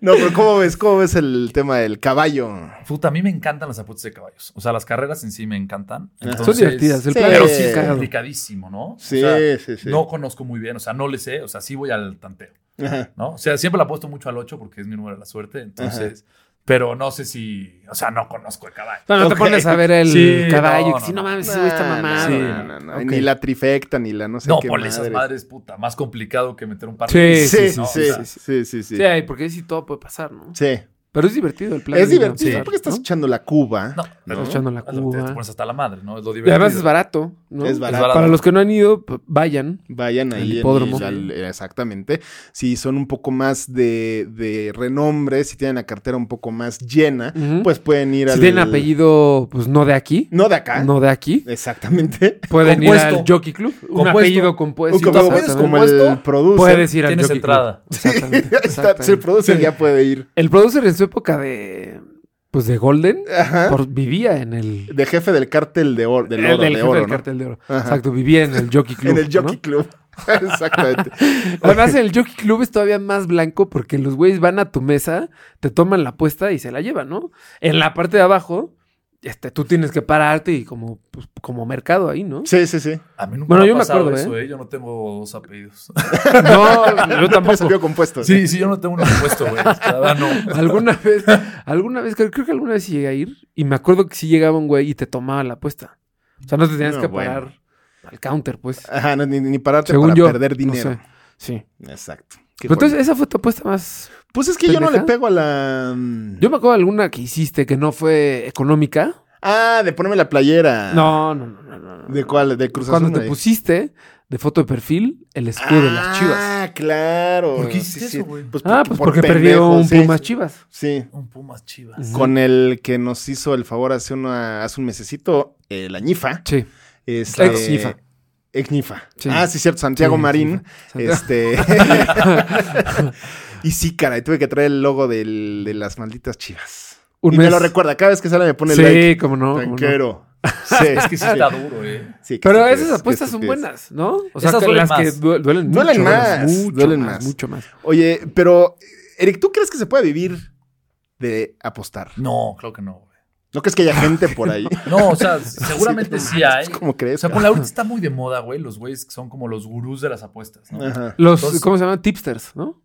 S2: No, pero ¿cómo ves? ¿Cómo ves el tema del caballo?
S4: Puta, a mí me encantan las apuestas de caballos. O sea, las carreras en sí me encantan.
S3: Son
S4: Entonces,
S3: divertidas. El
S2: Sí.
S3: plan
S2: Pero
S3: es
S2: sí es
S3: cagado.
S4: complicadísimo, ¿no? O
S2: Sí,
S4: sea,
S2: sí, sí.
S4: No conozco muy bien, o sea, no le sé, o sea, sí voy al tanteo,
S2: Ajá.
S4: ¿no? O sea, siempre la apuesto mucho al 8 porque es mi número de la suerte, entonces, pero no sé si, o sea, no conozco el caballo.
S3: No, no te
S2: Ok.
S3: pones a ver el
S4: Sí,
S3: caballo.
S4: no,
S3: que
S4: no,
S3: si no,
S4: no.
S3: mames, ese güey está
S2: Nah,
S3: mamado.
S2: no,
S4: Sí.
S2: no, no, no.
S3: Ok.
S2: Ni la trifecta, ni la no sé
S4: no,
S2: qué
S4: ponle esas
S2: madres.
S4: madres, puta, más complicado que meter un par
S3: Sí,
S4: de...
S2: Sí, sí,
S4: ¿no?
S2: sí,
S4: O sea,
S2: sí, sí, sí.
S3: Sí, ay, porque si todo puede pasar, ¿no?
S2: Sí.
S3: Pero es divertido el plan.
S2: Es
S3: de ir a
S2: divertido
S3: apostar,
S2: porque estás
S3: ¿no?
S2: echando la cuba.
S4: No,
S3: Estás echando la
S4: es lo que te- Te
S3: cuba.
S4: pones hasta la madre, ¿no? Es lo
S3: Y
S4: divertido.
S3: además es barato, ¿no?
S2: Es barato.
S3: Para los que no han ido, p- vayan.
S2: Vayan ahí. en
S3: hipódromo.
S2: el- al- exactamente. Si son un poco más de, de renombre, si tienen la cartera un poco más llena,
S3: Ujú.
S2: pues Ah. pueden ir
S3: Si
S2: al...
S3: tienen apellido, pues no de aquí,
S2: No de acá.
S3: no de aquí,
S2: Exactamente.
S3: pueden ir
S4: Compuesto.
S3: al Jockey Club. Un
S4: Compuesto.
S3: apellido compuesto.
S2: O como,
S3: exactamente.
S2: como el
S4: Compuesto,
S2: producer.
S3: Puedes ir al
S4: Tienes
S3: Jockey
S4: entrada.
S3: Club.
S2: Sí,
S3: Exactamente,
S2: está, si el
S3: exactamente.
S2: producer ya puede ir.
S3: El producer en su época de. Pues de Golden.
S2: Ajá.
S3: por- vivía en el.
S2: De jefe del cártel de oro, del
S3: el
S2: oro,
S3: Eh, del
S2: de
S3: jefe
S2: oro,
S3: del
S2: ¿no?
S3: cartel de oro.
S2: Ajá.
S3: Exacto, vivía en el Jockey Club.
S2: En el
S3: ¿no?
S2: Jockey Club. Exactamente.
S3: Además, el Jockey Club es todavía más blanco porque los güeyes van a tu mesa, te toman la apuesta y se la llevan, ¿no? En la parte de abajo, este, tú tienes que pararte y como, pues, como mercado ahí, ¿no?
S2: Sí, sí, sí.
S4: A mí nunca
S3: Bueno,
S4: me ha
S3: yo me
S4: pasado
S3: acuerdo,
S4: eso, ¿eh? Yo no tengo dos apellidos.
S3: No, yo
S2: Pero
S3: tampoco.
S2: salió compuesto.
S4: sí, sí, yo no tengo uno puesto, güey. La verdad, no.
S3: Alguna vez, alguna vez, creo creo que alguna vez sí llegué a ir y me acuerdo que sí llegaba un güey y te tomaba la apuesta. O sea, no te tenías
S2: No,
S3: que
S2: bueno.
S3: parar al counter, pues.
S2: Ajá, no, ni, ni pararte
S3: Según
S2: para
S3: yo.
S2: perder
S3: no
S2: dinero.
S3: sé. Sí.
S2: Exacto. Qué
S3: Pero entonces,
S2: bueno.
S3: esa fue tu apuesta más
S2: pues es que yo no le
S3: ¿pendeja?
S2: pego a la. mm,
S3: Yo me acuerdo de alguna que hiciste que no fue económica.
S2: Ah, de ponerme la playera.
S3: No, no, no, no, no, no.
S2: Ah. ¿De cuál? De Cruz
S3: Cuando
S2: Azul,
S3: te
S2: ¿no?
S3: pusiste de foto de perfil el escudo de las chivas.
S2: Ah, claro.
S4: ¿Por qué hiciste eso, güey?
S3: Ah, pues porque perdió
S2: pendejo,
S3: un
S2: sí,
S3: Pumas
S2: sí,
S3: Chivas.
S2: Sí.
S4: Un Pumas Chivas.
S2: Con el que nos hizo el favor hace, una, hace un mesecito, eh, la ñifa.
S3: Sí.
S2: Este,
S3: Ex ñifa.
S2: Ex ñifa.
S3: Sí.
S2: Ah, sí, cierto. Santiago
S3: Sí,
S2: Marín.
S3: sí.
S2: Este. y sí, cara, y tuve que traer el logo del- de las malditas chivas.
S3: Un
S2: y me
S3: mes.
S2: lo recuerda. Cada vez que sale me pone el
S3: sí,
S2: like.
S3: como no. cómo no.
S2: Tranquero. Sí,
S4: Es que sí está duro, ¿eh?
S2: Sí, qué
S3: Pero
S2: estupidez,
S3: esas
S2: qué
S3: apuestas son
S2: estupidez.
S3: buenas, ¿no? O sea,
S4: Esas
S3: que
S4: duelen
S3: las que
S4: más.
S3: du- duelen mucho.
S2: Duelen
S3: ¿verdad?
S2: más,
S3: Mucho
S2: duelen
S3: más,
S2: más.
S3: Mucho más.
S2: Oye, pero, Eric, ¿tú crees que se puede vivir de apostar?
S4: No, creo que no, güey.
S2: ¿No crees que haya gente por ahí?
S4: No, o sea, seguramente sí hay.
S2: ¿Cómo
S4: O
S2: crees?
S4: sea,
S2: cara?
S4: por la ahorita está muy de moda, güey, los güeyes que son como los gurús de las apuestas, ¿no?
S2: Ajá.
S3: Los,
S4: Entonces-
S3: ¿cómo se llaman? Tipsters, ¿no?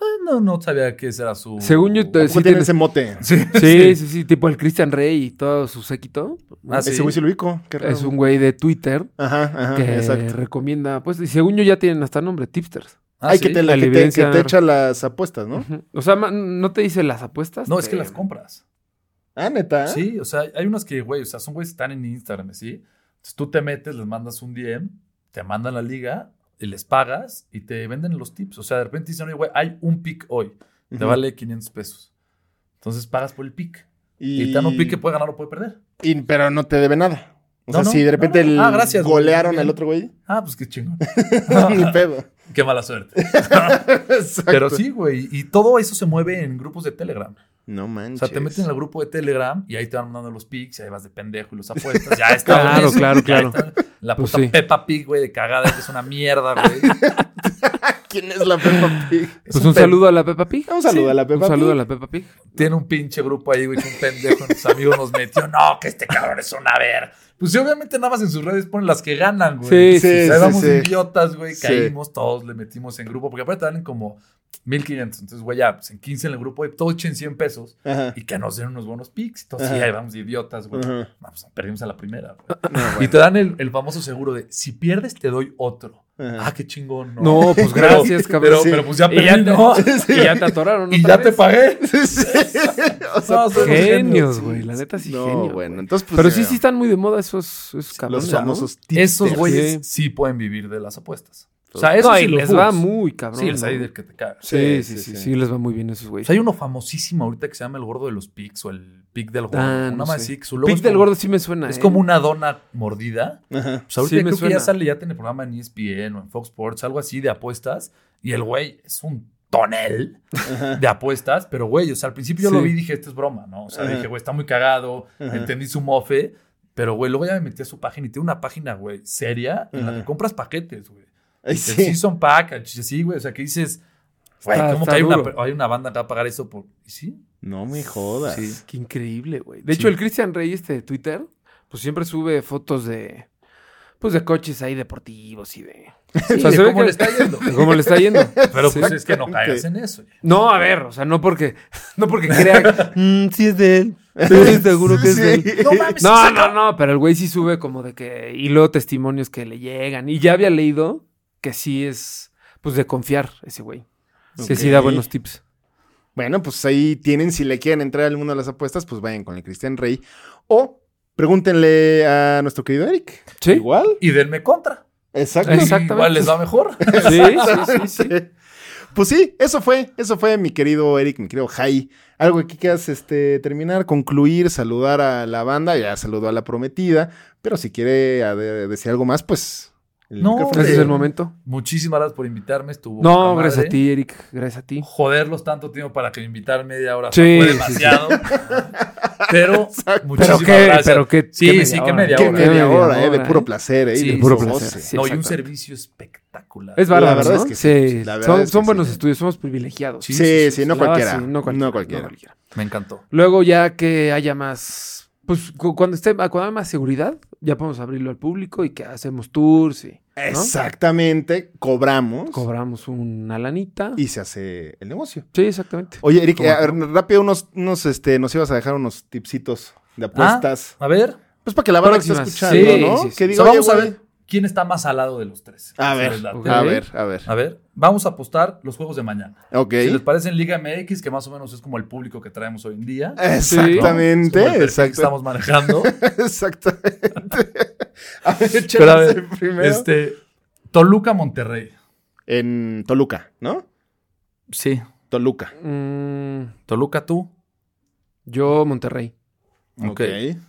S4: Eh, No, no sabía qué era su...
S3: Según yo, te-
S2: ¿Cómo
S3: sí
S2: tienen
S3: tienes-
S2: ese mote?
S4: Sí,
S3: Sí, sí, sí. Tipo el Christian Rey y todo su séquito.
S4: Ah, sí.
S2: Ese güey sí lo ubico. Qué raro.
S3: Es un güey de Twitter
S2: Ajá, ajá,
S3: que
S2: Ah, exacto.
S3: recomienda, pues, y según yo ya tienen hasta nombre, tipsters.
S4: Ah,
S2: Hay
S4: sí.
S2: que te, la,
S3: la
S2: que, te,
S3: evidencia-
S2: que te echa las apuestas, ¿no?
S3: Ujú. O sea, ma- no te dice las apuestas.
S4: No, es
S3: te-
S4: que las compras.
S2: Ah, neta.
S4: Sí, o sea, hay unas que, güey, o sea, son güeyes que están en Instagram, ¿sí? Entonces tú te metes, les mandas un DM, te mandan la liga y les pagas y te venden los tips. O sea, de repente dicen, oye, güey, hay un pick hoy. Te
S2: Ujú.
S4: vale 500 pesos. Entonces pagas por el pick.
S2: Y,
S4: Y, te dan un pick que puede ganar o puede perder.
S2: y- pero no te debe nada. O
S4: No,
S2: sea,
S4: no,
S2: si de
S4: no,
S2: repente
S4: no.
S2: el-
S4: Ah, gracias, güey.
S2: golearon
S4: Bien.
S2: al otro güey,
S4: Ah, pues qué chingón.
S2: ni pedo.
S4: qué mala suerte.
S2: Exacto.
S4: Pero sí, güey. Y todo eso se mueve en grupos de Telegram.
S2: No
S4: O
S2: manches.
S4: sea, te meten al grupo de Telegram y ahí te van mandando los pics, y ahí vas de pendejo y los apuestas. Ya está.
S3: Claro,
S4: eso,
S3: claro,
S4: ya
S3: claro.
S4: está. La
S3: Pues
S4: puta
S3: sí.
S4: Peppa Pig, güey, de cagada, que es una mierda, güey.
S2: ¿Quién es la Peppa Pig?
S3: Pues un, saludo a la Peppa Pig.
S2: Un saludo a la Peppa
S3: un saludo
S2: Pig.
S3: a la Peppa Pig.
S4: Tiene un pinche grupo ahí, güey, que un pendejo en sus amigos nos metió. No, que este cabrón es una ver. Pues sí, obviamente nada más en sus redes ponen las que ganan, güey.
S3: Sí,
S2: sí,
S4: O sea,
S2: sí,
S4: vamos
S2: sí.
S4: idiotas, güey.
S2: Sí.
S4: Caímos, todos le metimos en grupo. Porque aparte te dan como 1500. Entonces, güey, ya, pues en 15 en el grupo, güey, todos echen 100 pesos
S2: Ajá.
S4: y que nos den unos buenos picks. Entonces,
S2: Ajá.
S4: sí, ahí vamos de idiotas, güey.
S2: Ajá.
S4: No, pues, perdimos a la primera, güey.
S2: Ah,
S4: Y te dan el, el famoso seguro de si pierdes, te doy otro.
S2: Ajá.
S4: Ah, qué chingón, ¿no?
S3: No, pues gracias,
S4: Pero-
S3: cabrón.
S4: Pero,
S3: Sí.
S4: pero pues ya
S3: Y ya,
S4: perdí,
S3: te-
S4: ¿no?
S3: y ya te atoraron.
S4: Y
S3: otra
S4: ya te
S3: vez.
S4: pagué.
S2: Sí. O sea,
S4: No, son unos
S3: Genios, güey. La neta sí,
S2: no,
S3: genio.
S2: bueno,
S3: güey.
S2: entonces pues,
S3: pero
S2: ya.
S3: sí, sí están muy de moda esos, esos cabrones.
S2: los
S3: ¿no?
S2: famosos tips.
S4: Esos güeyes sí pueden vivir de las apuestas. O sea, eso
S3: no,
S4: sí
S3: y
S4: lo
S3: les va
S4: juro.
S3: muy cabrón.
S4: Sí, les hay
S3: ¿no?
S4: del que te cagas.
S3: Sí, sí, sí,
S2: Sí, sí,
S3: sí,
S2: sí.
S3: les va muy bien esos güeyes.
S4: O sea, hay uno famosísimo ahorita que se llama el gordo de los pics o el pic del gordo.
S3: Ah,
S4: una
S3: no
S4: más
S3: sé.
S4: así, que su logo
S3: Pic
S4: es
S3: del
S4: como-
S3: gordo sí me suena.
S4: Es
S3: ¿eh?
S4: como una dona mordida.
S2: Ajá.
S4: Pues ahorita
S3: Sí, me
S4: creo que
S3: suena.
S4: ya sale, ya tiene programa en E ESPN o en Fox Sports, algo así de apuestas. Y el güey es un tonel de apuestas, pero güey, o sea, al principio
S3: Sí.
S4: yo lo vi y dije, esto es broma, ¿no? O sea,
S2: Ajá.
S4: dije, güey, está muy cagado,
S2: Ajá.
S4: entendí su mofe, pero güey, luego ya me metí a su página y tiene una página, güey, seria, en la
S2: Ajá.
S4: que compras paquetes, güey.
S2: Ay,
S4: El
S2: sí.
S4: season package, así, güey, o sea, que dices, güey,
S3: Está-
S4: ¿cómo
S3: está
S4: que hay una,
S3: duro.
S4: hay una banda que va a pagar eso por. ¿Y sí?
S2: No me jodas.
S4: Sí.
S3: Qué increíble, güey. De
S4: Sí.
S3: hecho, el Christian Rey, este de Twitter, pues siempre sube fotos de. Pues de coches ahí deportivos y de.
S4: Sí,
S3: O sea,
S4: de
S3: se ve
S4: cómo
S3: que-
S4: le está yendo.
S3: de cómo le está yendo.
S4: Pero
S3: Sí.
S4: pues es que no caigas en eso. güey.
S3: No, a ver, o sea, no porque. No porque crea. "Mm, sí es de él. Sí, seguro que es de él.
S4: No mames,
S3: No, no, no, pero el güey sí sube como de que. Y luego testimonios que le llegan. Y ya había leído que sí es. Pues de confiar ese güey. Que sí da
S2: Ok.
S3: buenos tips.
S2: Bueno, pues ahí tienen, si le quieren entrar al mundo de las apuestas, pues vayan con el Cristian Rey. O pregúntenle a nuestro querido Eric.
S3: Sí.
S2: Igual.
S4: Y denme contra.
S2: Exacto.
S3: Exacto. Exactamente.
S4: Igual les va mejor.
S3: Sí, sí, sí, sí.
S2: Pues sí, eso fue, eso fue mi querido Eric, mi querido Jai. Algo que quieras este, terminar, concluir, saludar a la banda, ya saludó a la prometida, pero si quiere a- de- decir algo más, pues... el
S4: No,
S2: micrófono
S3: Ese
S2: es
S3: Este es
S4: Sí.
S3: el momento.
S4: Muchísimas gracias por invitarme. Estuvo.
S3: No,
S4: poca
S3: gracias a
S4: madre.
S3: ti, Eric. Gracias a ti.
S4: Joderlos tanto tiempo para que me invitaran media hora.
S3: Sí,
S4: fue
S3: sí,
S4: demasiado. Pero,
S3: Pero
S4: muchísimas
S3: qué,
S4: gracias.
S3: pero qué.
S4: Sí, sí, qué media
S2: Que
S4: hora.
S2: media hora, eh, de puro placer, eh, y
S4: Sí,
S2: de
S4: sí,
S2: puro
S4: sí,
S2: goce.
S3: sí.
S4: no, y un
S3: exactamente.
S4: servicio espectacular.
S3: Es
S2: La
S3: bárbaro,
S2: verdad
S3: ¿no?
S2: es que sí,
S3: sí.
S2: sí, la verdad
S3: son
S2: es que
S3: son
S2: sí.
S3: buenos estudios, somos privilegiados.
S2: Sí,
S4: Sí,
S2: sí,
S4: sí, sí,
S2: no,
S3: La verdad,
S2: cualquiera,
S3: sí,
S2: no cualquiera.
S3: no cualquiera.
S4: Me encantó.
S3: Luego ya que haya más, pues cu- cuando esté, cuando haya más seguridad, ya podemos abrirlo al público y que hacemos tours y ¿no?
S2: Exactamente, cobramos
S3: cobramos una lanita.
S2: y se hace el negocio.
S3: Sí, exactamente.
S2: Oye, Eric,
S3: ¿Cómo
S2: eh, a ver, rápido, unos, unos, este, nos ibas a dejar unos tipsitos de apuestas.
S4: Ah, a ver.
S2: Pues para que la banda que está
S3: próximas.
S2: escuchando,
S3: Sí,
S2: ¿no?
S3: sí, sí.
S2: Que
S4: o
S2: diga,
S4: sea,
S2: oye,
S4: vamos a
S2: güey.
S4: ver quién está más al lado de los tres.
S2: A
S4: Si
S2: ver,
S4: les late.
S3: ok.
S2: a ver, a ver.
S4: A ver, vamos a apostar los juegos de mañana.
S2: Ok.
S4: Si les parece en Liga MX, que más o menos es como el público que traemos hoy en día.
S2: Exactamente,
S4: Es como el perfil que
S2: exacto.
S4: Estamos manejando.
S2: Exactamente. a ver,
S4: Pero a
S2: échanos
S4: ver,
S2: el primero.
S4: este, Toluca Monterrey.
S2: En Toluca, ¿no?
S4: Sí.
S2: Toluca.
S3: Mm,
S4: Toluca tú.
S3: yo Monterrey.
S4: Ok.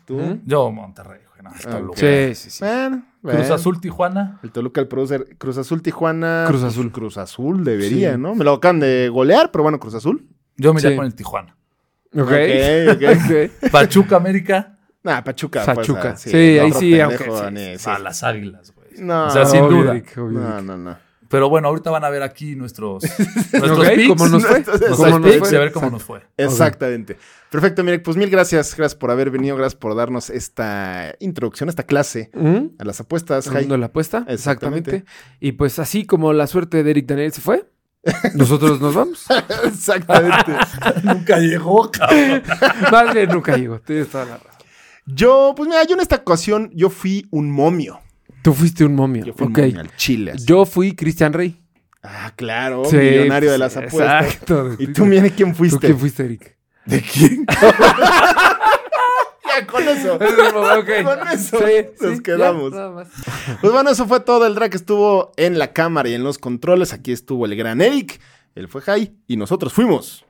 S2: ¿Tú?
S3: Ujú.
S4: Yo Monterrey, güey, no, es
S2: Ah,
S4: Toluca.
S3: Sí, sí, sí.
S2: Bueno,
S4: Cruz
S2: bueno.
S4: Azul Tijuana.
S2: El Toluca, el producer. Cruz Azul, Tijuana.
S3: Cruz
S2: pues,
S3: Azul.
S2: Cruz Azul debería,
S3: Sí.
S2: ¿no? Me lo acaban de golear, pero bueno, Cruz Azul.
S4: Yo me iría
S3: Sí.
S4: con el Tijuana.
S3: Ok.
S2: Ok, ok.
S3: Ok.
S4: Pachuca América.
S2: nah, Pachuca.
S3: Pachuca.
S2: pues, ah,
S3: Sí,
S2: no,
S3: ahí
S2: otro
S3: sí, aunque sí,
S2: ni- sí.
S4: A las Águilas, güey.
S2: No,
S4: o sea, sin
S3: Obvio,
S4: duda.
S3: Eric, obvio,
S2: No,
S3: Eric.
S2: no, no.
S4: Pero bueno, ahorita van a ver aquí nuestros, nuestros
S3: Ok,
S4: picks.
S3: ¿Cómo nos fue?
S2: Nuestros
S3: ¿Cómo nos
S4: picks y a
S3: fue?
S4: ver cómo nos fue.
S2: Exactamente. Perfecto, Mirek. Pues mil gracias. Gracias por haber venido. Gracias por darnos esta introducción, esta clase
S3: ¿Mm?
S2: a las apuestas.
S3: El
S2: Jai.
S3: mundo de la apuesta.
S2: Exactamente.
S3: Exactamente. Y pues así como la suerte de Eric Daniel se fue, nosotros nos vamos.
S2: Exactamente.
S4: Nunca llegó, cabrón.
S3: Más bien nunca llegó. Tienes toda la razón.
S2: Yo, pues mira, yo en esta ocasión, yo fui un momio.
S3: Tú fuiste un momio.
S2: Yo fui
S3: ok.
S2: un momio al chile. así.
S3: Yo fui Cristian Rey.
S2: Ah, claro,
S3: Sí,
S2: millonario de
S3: pues,
S2: las apuestas.
S3: Exacto.
S2: Y tú, mire quién
S3: ¿Tú
S2: fuiste.
S3: quién fuiste, Eric?
S2: ¿De quién? ya, con eso.
S3: Ok.
S2: Con eso nos
S3: ya,
S2: quedamos.
S3: nada más.
S2: Pues bueno, eso fue todo. El drag estuvo en la cámara y en los controles. Aquí estuvo el gran Eric. Él fue Jai y nosotros fuimos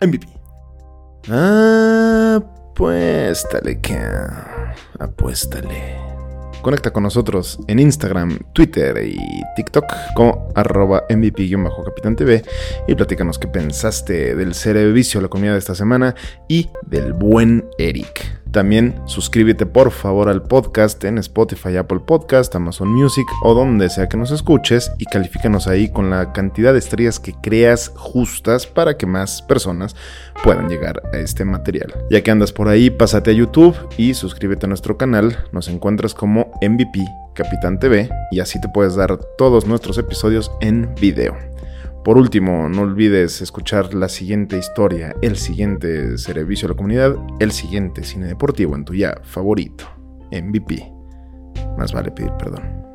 S2: MVP. Apuéstale, que apuéstale. Conecta con nosotros en Instagram, Twitter y TikTok como arroba MVP-Capitán TV y platícanos qué pensaste del servicio a la comida de esta semana y del buen Eric. También suscríbete por favor al podcast en Spotify, Apple Podcast, Amazon Music o donde sea que nos escuches y califícanos ahí con la cantidad de estrellas que creas justas para que más personas puedan llegar a este material. Ya que andas por ahí, pásate a YouTube y suscríbete a nuestro canal. Nos encuentras como MVP Capitán TV y así te puedes dar todos nuestros episodios en video. Por último, no olvides escuchar la siguiente historia, el siguiente servicio a la comunidad, el siguiente cine deportivo en tu ya favorito, MVP. Más vale pedir perdón.